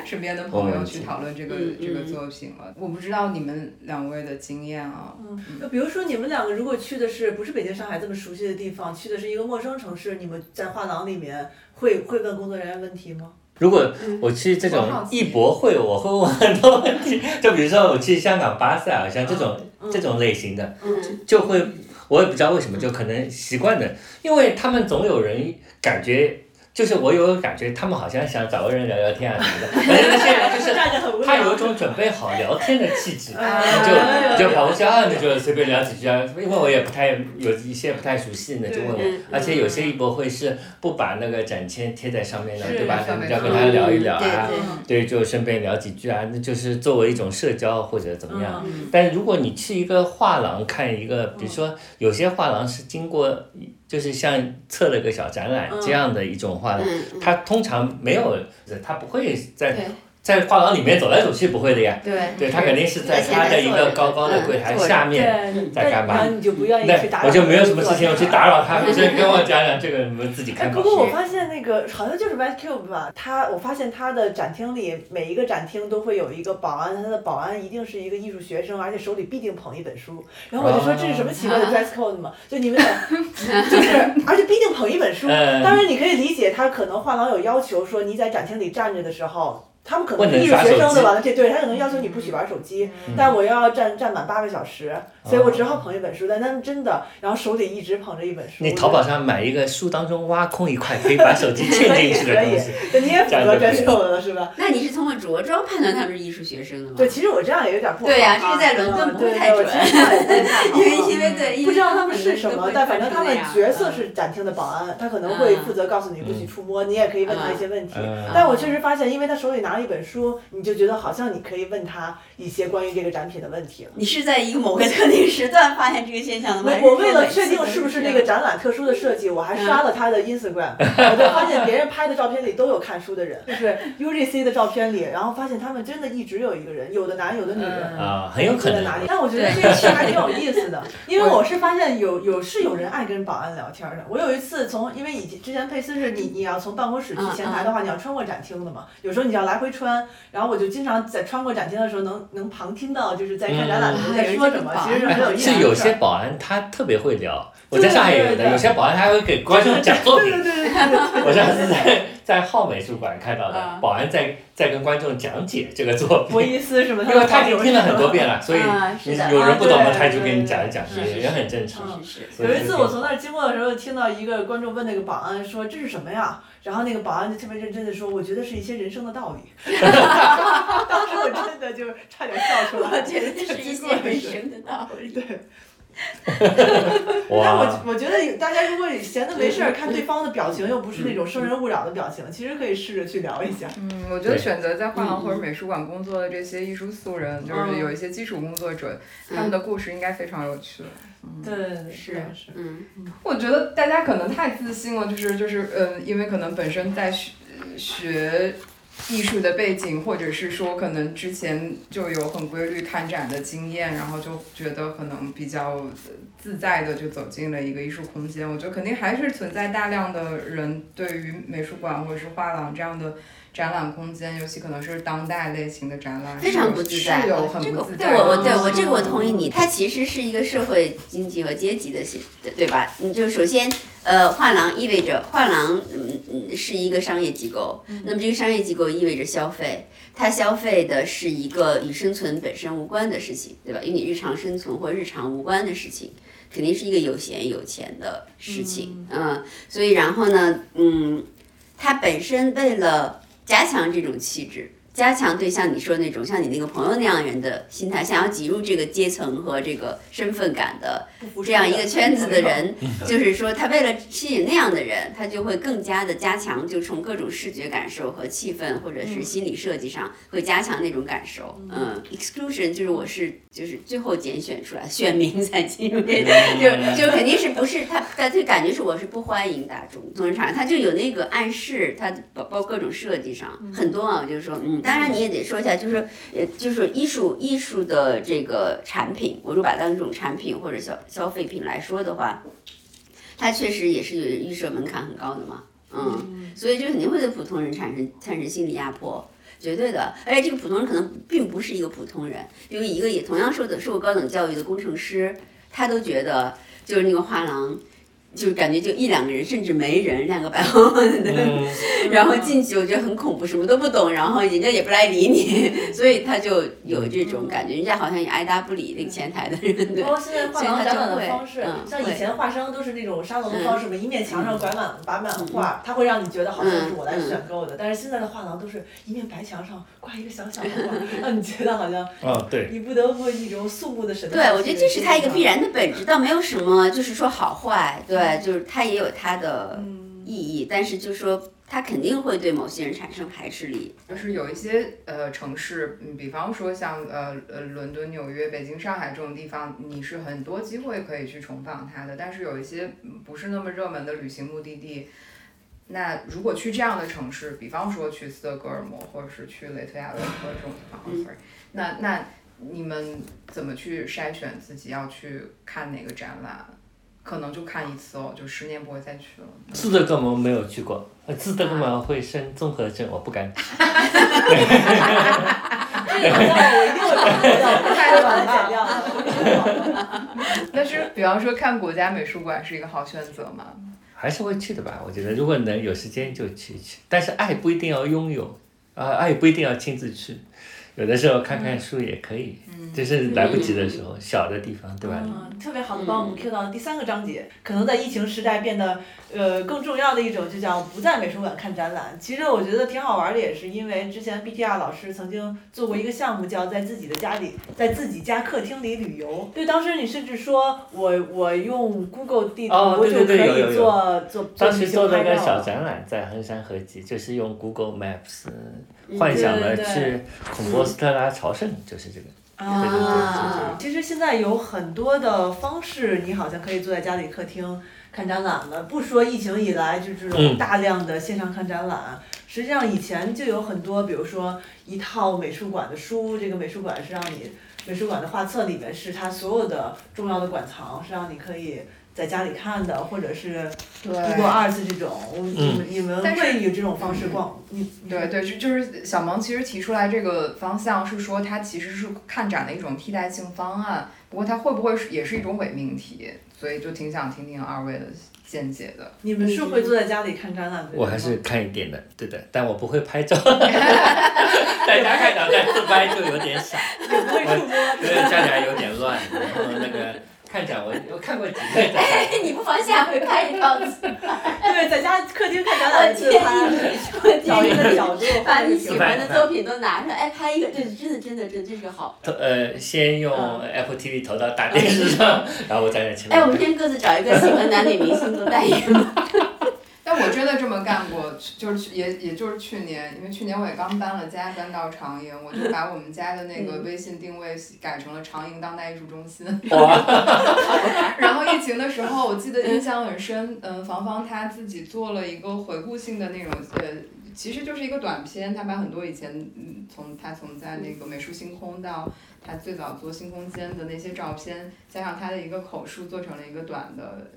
身边的朋友去讨论这个嗯嗯这个作品了。我不知道你们两位的经验啊，嗯就比如说，你们两个如果去的是不是北京、上海这么熟悉的地方，去的是一个陌生城市，你们在画廊里面会会问工作人员问题 吗？如果我去这种艺博会，我会问很多问题，就比如说我去香港、巴塞尔，像这种这种类型的，嗯，就会我也不知道为什么，就可能习惯的，因为他们总有人感觉。就是我有感觉，他们好像想找个人聊聊天啊什么的，反正那些 人就是站着很无聊。他 有一种准备好聊天的气质，啊你就你就跑过去啊，你就随便聊几句啊，因为我也不太有一些不太熟悉的就问对嗯我，而且有些艺博会是不把那个展签贴在上面的，是对吧？上你面要跟贴他聊一聊啊嗯，对对。对，就顺便聊几句啊，那就是作为一种社交或者怎么样。嗯但如果你去一个画廊看一个，比如说有些画廊是经过，就是像测了个小展览这样的一种画廊嗯嗯，它通常没有，它不会在对在画廊里面走来走去不会的呀，对对他肯定是在他的一个高高嗯的柜台下面。对，在干嘛然后你就不愿意去打那扰。我就没有什么事情，我去。打扰 他，就是跟我讲讲这个，你们自己哎，看吧不。过我发现那个好像就是 Red Cube 吧，它我发现它的展厅里每一个展厅都会有一个保安，它的保安一定是一个艺术学生，而且手里必定捧一本书。然后我就说哦这是什么奇怪的 dress code 嘛？就你们俩 就是，而且必定捧一本书。 嗯当然你可以理解，他可能画廊有要求说你在展厅里站着的时候。他们可不能能是艺术刷学手生机对吧？这对他可能要求你不许玩手机，嗯但我又要站站满八个小时，所以我只好捧一本书。但他们真的，然后手里一直捧着一本书。哦你淘宝上买一个书当中挖空一块，可以把手机嵌进去的东西。 对，你也符合真秀了是吧？那你是通过着装判断他们是艺术学生的吗？对，其实我这样也有点不好。啊嗯对呀这个在伦敦不会太对准对我其实这样也不太好 因为因为对，因为不知道他们是什很多么人，都但会反正穿他成们那样嗯角色是展厅的保安，他可能会负责告诉你不许触摸，你也可以问他一些问题嗯。但我确实发现，因为他手里拿了一本书，你就觉得好像你可以问他一些关于这个展品的问题了。你是在一个某个特定时段发现这个现象的吗？还是我我为说了每次确定都是不是这那样个展览特殊的设计，我还刷了他的 Instagram，我就发现别人拍的照片里都有看书的 人，就是 UGC 的照片里，然后发现他们真的一直有一个人，有的男，有的女人。啊，很有可在能。哪里？但我觉得这个事还挺有意思 的，因为我是发现有有是有人爱跟保安聊天的。我有一次从，因为以前之前佩斯是你你要从办公室去前台的话，你要穿过展厅的嘛，有时候你要来回穿，然后我就经常在穿过展厅的时候能能旁听到就是在看展览的人在说什么，其实是很嗯啊有意思的事儿。是有些保安他特别会聊，我在上海有的，有些保安他还会给观众讲作品对。对对 对对。我上次在在浩美术馆看到的啊，保安在在跟观众讲解这个作品。博伊斯是吗？因为他已经听了很多遍了，所以啊是你的有人不懂的，啊对他就跟你讲一讲，对对也也很正常。是是是。所以有一次我就从那儿经过的时候，听到一个观众问那个保安说：“这是什么呀？”然后那个保安就特别认真的说：“我觉得是一些人生的道理。” 当时我真的就差点笑出来。 我觉得这是一些人生的道理。对，但哇我，我觉得大家如果闲的没 事儿，看对方的表情又不是那种生人勿扰的表嗯情，其实可以试着去聊一下。嗯，我觉得对选择在画廊或者美术馆工作的这些艺术素人，就是有一些基础工作者，他们的故事应该非常有趣。对，是是。啊嗯，我觉得大家可能太自信了，就是就是，嗯，因为可能本身在学学艺术的背景，或者是说可能之前就有很规律看展的经验，然后就觉得可能比较呃自在的就走进了一个艺术空间。我觉得肯定还是存在大量的人对于美术馆或者是画廊这样的。展览空间，尤其可能是当代类型的展览，非是常有不自在。是有很这不个自对在的我我东对我西这个我同意你，它其实是一个社会经济和阶级的形，对对吧？你就首先呃，画廊意味着画廊嗯嗯是一个商业机构，嗯那么这个商业机构意味着消费。它消费的是一个与生存本身无关的事情，对吧？与你日常生存或日常无关的事情，肯定是一个有闲有钱的事情，嗯所以然后呢，嗯，它本身为了加强这种气质，加强对像你说那种像你那个朋友那样人的心态，想要挤入这个阶层和这个身份感的这样一个圈子的人， 就是说他为了吸引那样的人，他就会更加的加强，就从各种视觉感受和气氛或者是心理设计上会加强那种感受。嗯，exclusion 就是我是就是最后拣选出来选民 才进入这个就就肯定是不是他，他就感觉是我是不欢迎大众同仁场，他就有那个暗示，他包包括各种设计上很多啊，我就说，嗯，当然你也得说一下，就是呃，就是艺术艺术的这个产品，我如果把它当一种产品或者消消费品来说的话，它确实也是有预设门槛很高的嘛，嗯，所以就肯定会对普通人产生产生心理压迫。绝对的，而且这个普通人可能并不是一个普通人，比如一个也同样受的受过高等教育的工程师，他都觉得就是那个画廊，就是感觉就一两个人，甚至没人，两个白 晃晃的，嗯，然后进去我觉得很恐怖，什么都不懂，然后人家也不来理你，所以他就有这种感觉，人家好像也爱答不理那个前台的人，对包。括现在画廊展览的方式所以它就，会嗯嗯像以前画商都是那种沙龙的方式嘛，一面墙上拐满摆满画，它会让你觉得好像嗯是我来选购的。但是现在的画廊都是一面白墙上挂一个小小的 画，让你觉得好像哦，对，你不得不以一种肃穆的神态去欣对，赏。我觉得这是它一个必然的本质，倒没有什么就是说好坏，对，就是它也有它的意义，但是就说它肯定会对某些人产生排斥力，就是有一些呃城市，嗯，比方说像呃呃伦敦、纽约、北京、上海这种地方，你是很多机会可以去重访它的。但是有一些嗯不是那么热门的旅行目的地，那如果去这样的城市，比方说去斯德哥尔摩，或者是去雷特雅未克这种地方、s 嗯 o r r y 那那你们怎么去筛选自己要去看哪个展览？可能就看一次哦，就十年不会再去了。斯德哥尔摩没有去过，呃斯德哥尔摩会生综合症，我不敢。这个好像我一定会把它剪掉，太会把它剪掉了。但是，比方说看国家美术馆是一个好选择嘛？还是会去的吧，我觉得如果能有时间就去一去，但是爱不一定要拥有，啊、爱不一定要亲自去，有的时候看看书也可以，就是来不及的时候，小的地方，对吧？嗯，特别好的帮我们 Q 到了第三个章节，可能在疫情时代变得呃更重要的一种，就叫不在美术馆看展览。其实我觉得挺好玩的，也是因为之前 BTR 老师曾经做过一个项目，叫在自己的家里，在自己家客厅里旅游。对，当时你甚至说我我用 Google 地图哦我对就对可对有有以有做做做当旅时行做拍了个照小了。展览，在衡山合集，就是用 Google Maps 呃幻想了对对去孔波斯特拉朝圣，就是这个。啊对对对啊其实现在有很多的方式，你好像可以坐在家里客厅看展览了。不说疫情以来就这种嗯大量的线上看展览，实际上以前就有很多，比如说一套美术馆的书，这个美术馆是让你美术馆的画册里面是它所有的重要的馆藏，是让你可以。在家里看的，或者是对 Google Arts 这种，你嗯们你们但是会以这种方式逛？你你对对，就就是小萌其实提出来这个方向是说，它其实是看展的一种替代性方案，不过它会不会是也是一种伪命题？所以就挺想听听二位的见解的。你们是会坐在家里看展览的人吗？我还是看一点的，对的，但我不会 拍照，在家看导弹自拍就有点傻， 不会触摸。因为家里还有点乱，然后那个。看展，我我看过几个展，哎你不妨下回拍一 套自对，在家客厅看展览自拍， 找一个角度，把你喜欢的作品都拿出来，哎，拍一个，这真的真的真的这个好。投呃，先用 Apple TV 投到大电视上， 然后我站在前面。嗯哎，我们先各自找一个喜欢男女明星做代言吧。但我真的这么干过，就是去也也就是去年，因为去年我也刚搬了家，搬到长营，我就把我们家的那个微信定位改成了长营当代艺术中心。哇， 然后疫情的时候，我记得印象很深， 嗯，房房他自己做了一个回顾性的那种，呃，其实就是一个短片，他把很多以前，嗯，从他从在那个美术星空到他最早做星空间的那些照片，加上他的一个口述，做成了一个短的，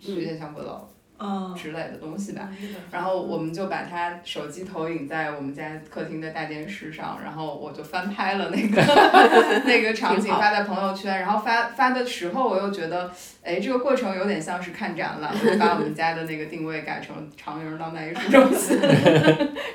有点像 vlog 哦嗯，之类的东西吧。然后我们就把它手机投影在我们家客厅的大电视上，然后我就翻拍了那 个那个场景挺好发在朋友圈，然后发发的时候我又觉得，哎，这个过程有点像是看展览，我就把我们家的那个定位改成长营当代艺术中 心，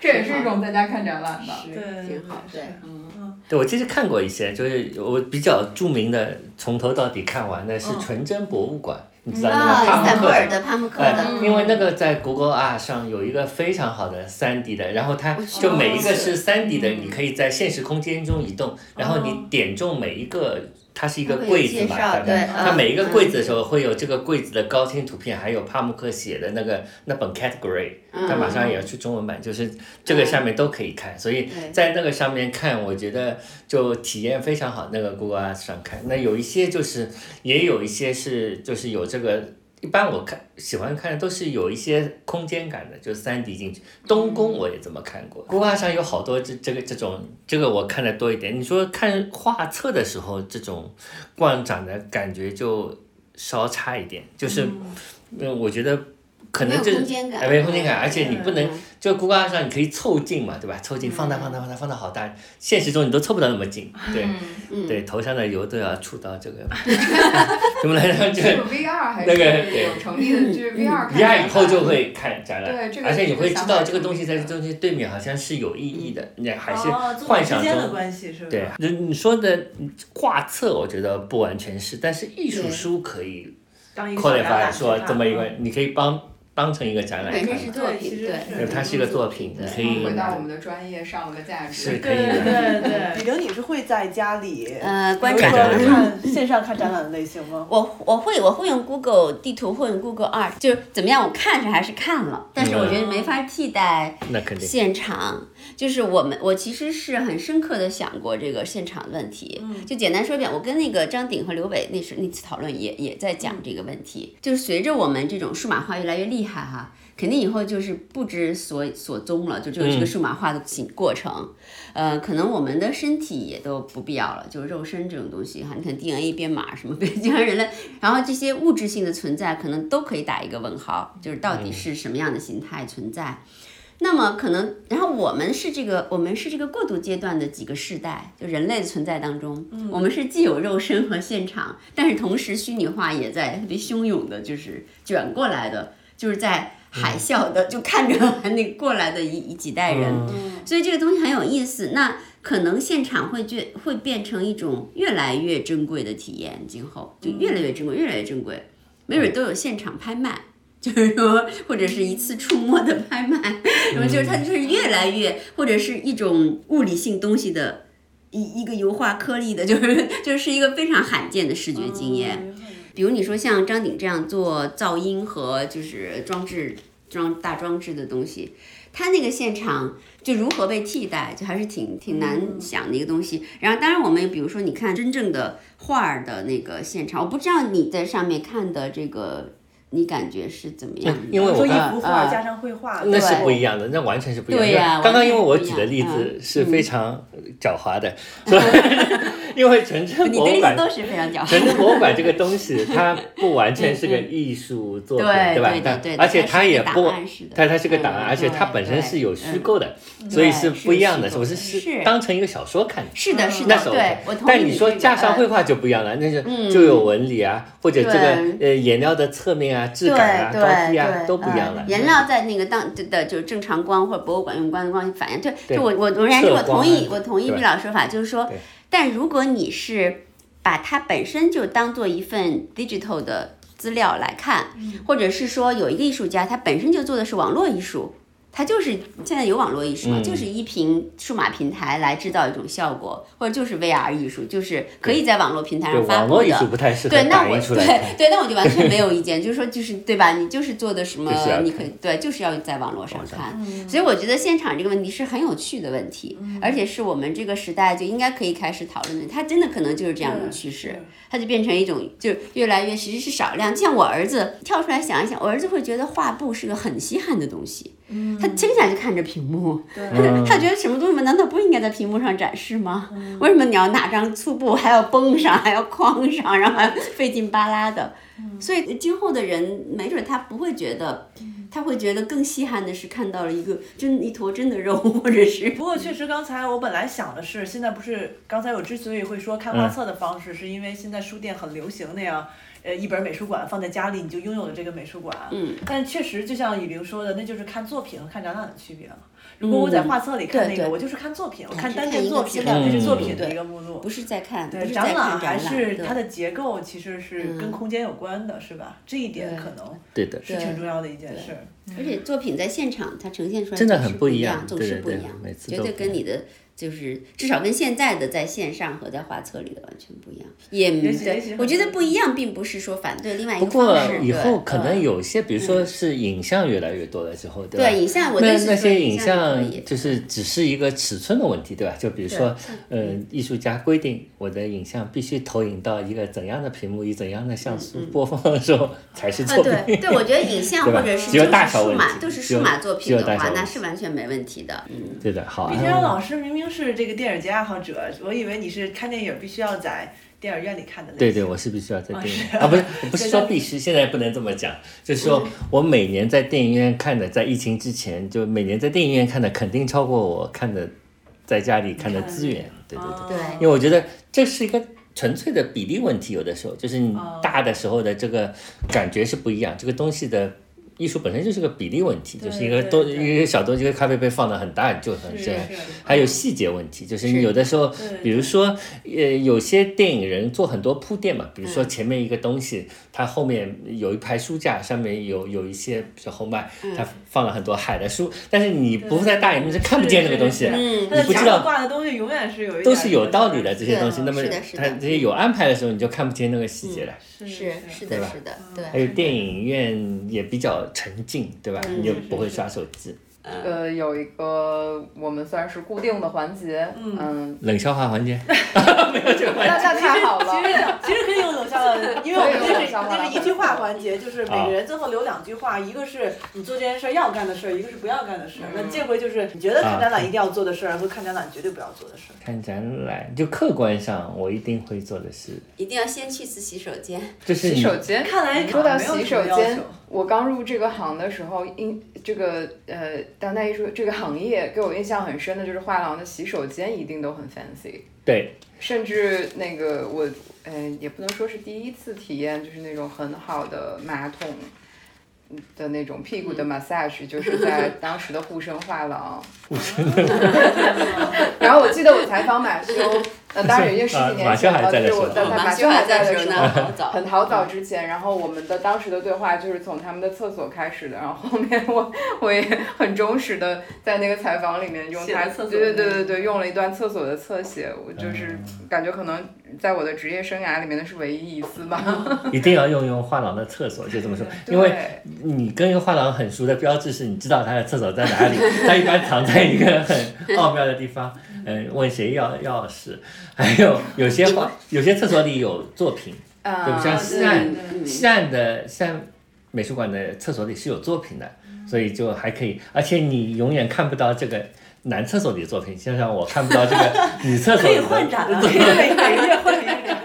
这也是一种在家看展览吧。对挺好，对。嗯对，我其实看过一些，就是我比较著名的，从头到底看完的是《纯真博物馆》，你知道那嗯啊，个帕伊斯坦慕布克尔的。的帕慕克哎的，，因为那个在 Google Art 上有一个非常好的3 D 的，然后它就每一个是3 D 的，你可以在现实空间中移哦动，然后你点中每一个，它是一个它会有柜子嘛，介绍大概对它嗯每一个柜子的时候会有这个柜子的高清图片，还有帕慕克写的那个那本 category，它嗯马上也要出中文版，就是这个下面都可以看，所以对在那个上面看，我觉得就体验非常好。那个 Google Arts 上看，那有一些就是，也有一些是就是有这个。一般我看喜欢看的都是有一些空间感的，就三 D 进去。东宫我也这么看过，Google Arts 上有好多这这个这种，这个我看的多一点。你说看画册的时候，这种逛展的感觉就稍差一点，就是，嗯，我觉得可能没有这空间感哎没有空间感，而且你不能嗯就 Google 上你可以凑近嘛，对吧？嗯凑近放大放大放大放大好大，现实中你都凑不到那么近，对、嗯对，头上的油都要触到这个， 怎么来着？就这是个 VR 还那是个有成立的，就是 VR 看展离岸以览后就会看展览，对这个而且你会知道这个东西这在个这东西对面好像是有意义的，嗯你还是哦，幻想之中间的关系是吧？对，你你说的画册，我觉得不完全是，但是艺术对书可以当一个小展览嗯 qualify 是说吧这么一个，嗯你可以帮当成一个展览本身看是嘛，作对其品，实对是对，它是一个作品，你对可以嗯回拿到我们的专业上了个价是值。可以对的。对对对比玲，你是会在家里呃，观比察如展说览看线上看展览的类型吗？我我会我会用 Google 地图，会用 Google Art，就是怎么样，我看着还是看了，但是我觉得没法替代那肯定。现场。就是我们我其实是很深刻的想过这个现场问题。嗯就简单说一遍，我跟那个张鼎和刘伟那时那次讨论也也在讲这个问题，就是随着我们这种数码化越来越厉害哈、肯定以后就是不知所所踪了，就这个嗯这个数码化的行过程，呃，可能我们的身体也都不必要了，就是肉身这种东西哈，你看 DNA 编码什么，就像 人类，然后这些物质性的存在，可能都可以打一个问号，就是到嗯底是什么样的形态存在。那么可能，然后我们是这个，我们是这个过渡阶段的几个世代，就人类的存在当中，我们是既有肉身和现场，但是同时虚拟化也在特别汹涌的，就是卷过来的，就是在海啸的，就看着那过来的一一几代人，嗯所以这个东西很有意思。那可能现场会觉会变成一种越来越珍贵的体验，今后就越来越珍贵，越来越珍贵，没准都有现场拍卖。 就是说，或者是一次触摸的拍卖，然后就是它就是越来越，或者是一种物理性东西的一一个油画颗粒的，就是就是一个非常罕见的视觉经嗯验。嗯比如你说像张鼎这样做噪音和就是装置装大装置的东西，他那个现场就如何被替代，就还是挺挺难想的一个东西。然后当然我们比如说你看真正的画儿的那个现场，我不知道你在上面看的这个。你感觉是怎么样的？嗯因为我说一刚幅画啊加上绘画，那是对不一样的，那完全是不一样的。对呀因为刚刚因为我完全举是不一样的例子嗯是非常狡猾的，所以 因为纯 真你博的物意思馆，都是非常狡纯猾。真博物馆这个东西，它不完全是个艺术作品，嗯对吧？对对但对而且它也它是一个不档案式的，它它是个档案，嗯而且它对本身对是有虚嗯构的，所对以是不一样的。是我是是是是当成一个小说看的。是的，是那的，是我对看，我同意。但你说架上绘会，画就不一样了，那是嗯就有纹理啊，或者这个呃颜料的侧面啊、质对感啊、高低对啊对，都不一样了嗯。颜料在那个当的的就是正常光或者博物馆用光的光反应，对，对就我我仍然是我侧光同啊意，我同意对毕老师说法，就是说对，但如果你是把它本身就当做一份 digital 的资料来看，嗯或者是说有一个艺术家他本身就做的是网络艺术。他就是现在有网络艺术嘛，嗯就是依凭数码平台来制造一种效果，或者就是 VR 艺术，就是可以在网络平台对上发网布络艺的术。不太适合对，那打我印出对来看。对，那我就完 全没有意见，就是说就是对吧？你就是做的什么就是要，你可以对，就是要在网络上网上看。所以我觉得现场这个问题是很有趣的问题，而且是我们这个时代就应该可以开始讨论的。它真的可能就是这样一种趋势，它就变成一种就越来越其实是少量。像我儿子跳出来想一想，我儿子会觉得画布是个很稀罕的东西，嗯他经常就看着屏幕，他觉得什么东西嘛，难道不应该在屏幕上展示吗？嗯为什么你要拿张粗布还要绷上，还要框上，然后还费劲巴拉的？嗯所以今后的人，没准他不会觉得，嗯他会觉得更稀罕的是看到了一个真一坨真的肉，或者是不过确实，刚才我本来想的是，现在不是刚才我之所以会说看嗯画册的方式，是因为现在书店很流行那样，呃，一本美术馆放在家里，你就拥有了这个美术馆。嗯。但确实，就像雨玲说的，那就是看作品和看展览的区别了。如果我在画册里看嗯那对个，对我就是看作品，我对看是单看件一个作资品，料那是嗯作品的对一个目录不。是在看，不对，是在展览看还展是览，它对嗯的结构，其实是跟空间有关的，是吧？这一点可能对的，是挺重要的一件事。嗯而且作品在现场它呈现出来真的总很是不不一样样，总对是对不一对样每，次绝都对不跟一你的就是至少跟现在的在线上和在画册里的完全不一样，也许也许对，我觉很得不一样，并不是说反对另外一不个方过式，以后对嗯可能有些，比如说是影像越来越多了之后，对吧？对影像，我那对是那说些影像也像可以 就是只是一个尺寸的问题，对吧？就比如说，呃，嗯艺术家规定我的影像必须投影到一个怎样的屏幕，以怎样的像素播放的时候才是嗯啊，作品。对对，我觉得影像对吧或者是只就有是大小数问码题都是只有数码作只品有的大小话，那问是完全没问题的。嗯，对的，好啊。毕天老师明明是这个电影节爱好者，我以为你是看电影必须要在电影院里看的类型。对对，我是必须要在电影院啊，不是不是说必须，现在不能这么讲，就是说我每年在电影院看的，在疫情之前就每年在电影院看的，肯定超过我看的在家里看的资源。对哦对对，对因为我觉得这是一个纯粹的比例问题，有的时候就是你大的时候的这个感觉是不一样，这个东西的。艺术本身就是个比例问题，就是一个对东对一个小东西，一个咖啡杯放的很大，你就很是深。是还有细节问题，就是是你有的时候对，比如说，呃，有些电影人做很多铺垫嘛，比如说前面一个东西，它后面有一排书架，上面有有一些，比如红麦，嗯它放了很多海的书，但是你不在大荧幕是看不见那个东西是的，是是嗯他的你不知墙上道挂的东西永远是有一都点是有道理的儿这些对东西。那么是的是的它这些有安排的时候，你就看不见那个细节了。是是是对的，吧哎是的，还对。有电影院也比较沉静，对吧？你就不会刷手机。呃，有一个我们算是固定的环节，嗯，冷笑话环节，那那太好了，其实可以用冷笑话，因为我们可这以用冷是笑话这来是一句话环节，就是每啊个人最后留两句话，一个是你做这件事儿要干的事儿，一个是不要干的事嗯儿。那这回就是你觉得看展览一定要做的事啊儿，和看展览绝对不要做的事儿。看展览，就客观上我一定会做的事，一定要先去次洗手间，就是洗你手间。看来说到没有洗什么手要间求，我刚入这个行的时候，印这个呃当代艺术这个行业给我印象很深的就是画廊的洗手间一定都很 fancy，对甚至那个我呃也不能说是第一次体验，就是那种很好的马桶的那种屁股的 massage，就是在当时的沪深画廊。 然后我记得我采访马修，呃，当然也是十几啊马年修前还了，在就的是时候我在哦在马马修修还还在在的的时时候候 呢，好早很好早之前，然后我们的当时的对话就是从他们的厕所开始的，然后后面我我也很忠实的在那个采访里面用写他了厕所的对对对那对对，用了一段厕所的侧写，我就是嗯感觉可能在我的职业生涯里面那是唯一一次吧，一定要用用画廊的厕所，就这么说，对因为你跟一个画廊很熟的标志是你知道它的厕所在哪里，它一般藏在一个很奥妙的地方。嗯，问谁要钥匙？还有有些画，有些厕所里有作品，啊对不像西对岸西岸的西岸美术馆的厕所里是有作品的，所以就还可以，而且你永远看不到这个。男厕所里的作品，就像我看不到这个女厕所可里以的 换展了，每每个月换一个展。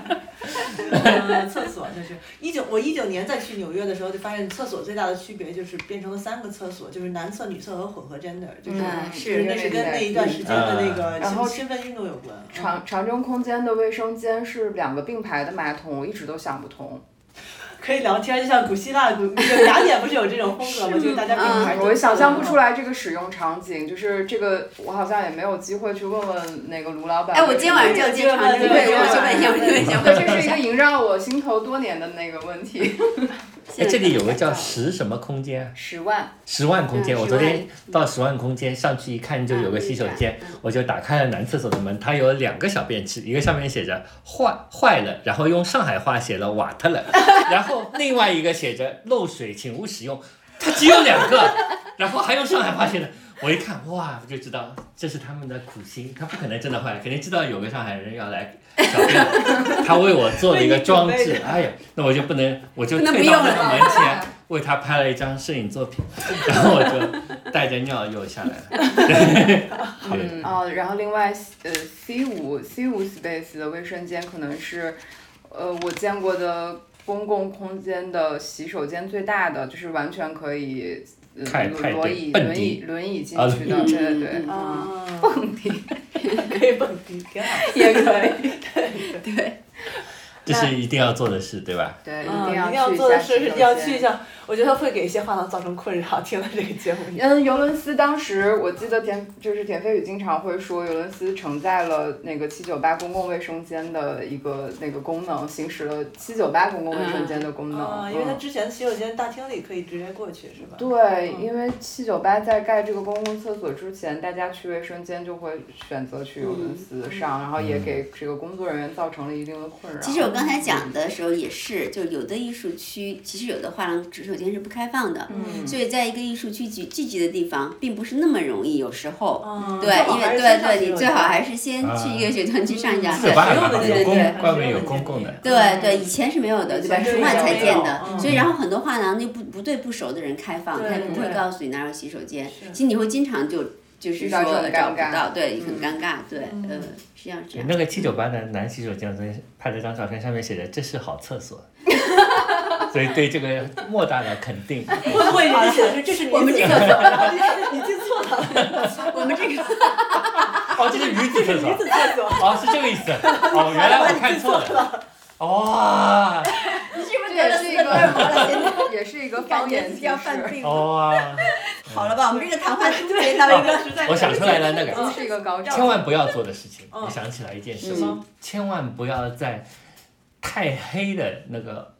嗯，厕所就是一九，我一九年再去纽约的时候，就发现厕所最大的区别就是变成了三个厕所，就是男厕、女厕和混合 gender，就是、嗯就是那是跟那一段时间的那个嗯然后身份运动有关。嗯长长征空间的卫生间是两个并排的马桶，我一直都想不通。可以聊天，就像古希腊、古那个雅典不是有这种风格吗？就是大家并排。嗯我想象啊不出。来这个使用场景，就是这个，我好像也没有机会去问问那个卢老板。哎，我今天晚上就要进场地，对我对我去问一下，我去问一 下，对，这是一个萦绕我心头多年的那个问题。哎，现在这里有个叫十什么空间啊，十万，十万空间。嗯我十昨万天到十万空间上去一看，就有个洗手间，嗯我就打开了男厕所的门，它有两个小便池，一个上面写着坏坏了，然后用上海话写了瓦特了， 然后另外一个写着漏水，请勿使用。它只有两个， 然后还用上海话写的。我一看，哇，我就知道这是他们的苦心，他不可能真的坏，肯定知道有个上海人要来小便，他为我做了一个装 为你准备置，哎呀，那我就不能，我就不能退不到用那了个门前，为他拍了一张摄影作品，然后我就带着尿又下来了。对，嗯啊，然后另外呃，C 五 C 五 space 的卫生间可能是，呃，我见过的公共空间的洗手间最大的，就是完全可以。呃派派轮对椅蹦轮迪椅轮椅进啊去的，嗯对对嗯对，嗯嗯哦，蹦 迪可以蹦迪，挺好。也可以，这是一定要做的事，对吧？对，嗯，定一要定要去一做下的洗事手是要去间一下，我觉得会给一些话痨造成困扰。听了这个节目以后，嗯，尤伦斯当时我记得田就是田飞宇经常会说，尤伦斯承载了那个七九八公共卫生间的一个那个功能，行使了七九八公共卫生间的功嗯能。哦嗯啊，因为他之前洗手间大厅里可以直接过去，是吧？对，嗯因为七九八在盖这个公共厕所之前，大家去卫生间就会选择去尤伦嗯斯上，然后也嗯给这个工作人员造成了一定的困扰。其实我刚才讲的时候也是，就有的艺术区，其实有的画廊洗手间是不开放的，嗯所以在一个艺术区聚聚集的地方，并不是那么容易，有时候。嗯，对，因为对对，你最好还是是先去啊一个学堂去上一下嗯课。自拔用还好的有建公议啊，外面有公共的。嗯对对，以前是没有的，对吧？以前是是晚才没有建的，嗯所以然后很多画廊就不不对不熟的人开放，对他也不会对告诉你哪有洗手间，是其实你会经常就就是遇到说这种找不尴尬到，对，很嗯尴尬，对，呃，是这样 是这样。那个七九八的男洗手间，我昨天拍了张照片，上面写着“这是好厕 所”，所以对这个莫大的肯 定。会不会人家写的是这是你我们自己这个的然后你你进错了， 我们这个哦，这 是女子厕所你。自己厕所。哦，是这个意思。哦，原来我看错 了。哇这也是一个也是一 个方言提 要犯示，罪 吗？哇！好了吧，我们这个谈话是不是也到 一个嗯我想出来了，那这个嗯是一个 高招。千万不要做的事情。嗯我想起来一件事什情么，千万不要在太黑的那个。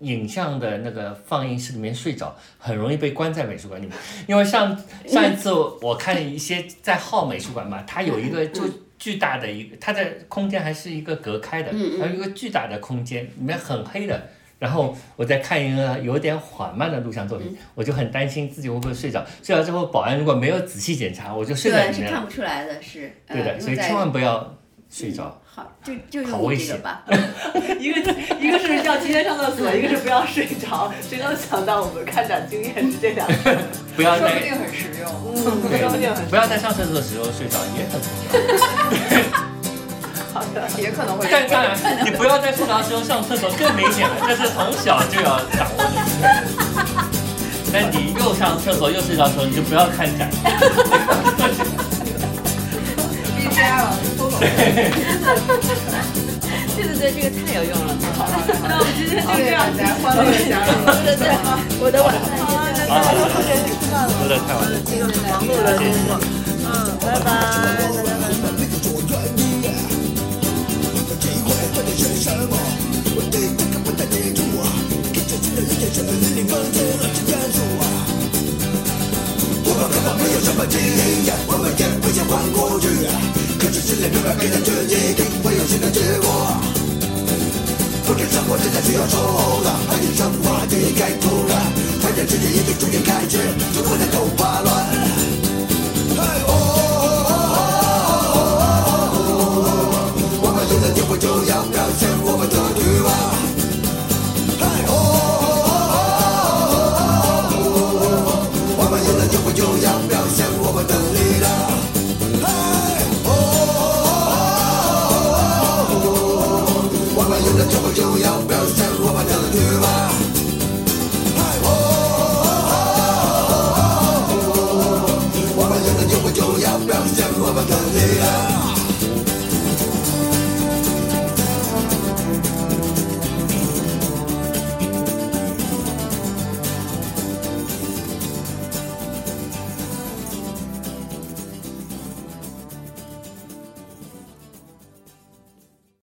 影像的那个放映室里面睡着，很容易被关在美术馆里面。因为上 上一次我看一些在浩美术馆嘛，它有一个嗯就巨大的一个，它的空间还是一个隔开的，嗯嗯还有一个巨大的空间，里面很黑的。然后我再看一个有点缓慢的录像作品，嗯我就很担心自己会不会睡着。睡着之后，保安如果没有仔细检查，我就睡在对，里是面了。看不出来的，是对呃的，所以用在千万不要睡着。好，就就好用危你这个险吧。一个一个是要提前上厕所，一个是不要睡着。谁能想到我们看展经验是这两个？不要说不在定很实用。嗯，说不定很不要在上厕所的时候睡着，也很重要。好的。也可能会但当然， 你不要在睡着的时候上厕所更明显了，这是从小就要掌握的。 但你又上厕所又睡着的时候，你就不要看展。 B G I 了，搜索。对对对，这个太有用了。那我们今天就这样，家欢乐一下。对对，我的晚饭好啊了，大好家好都好准备吃 饭了。真的太晚了。这个忙碌的工作。嗯，拜拜，大家晚安。我们都在颠簸中央。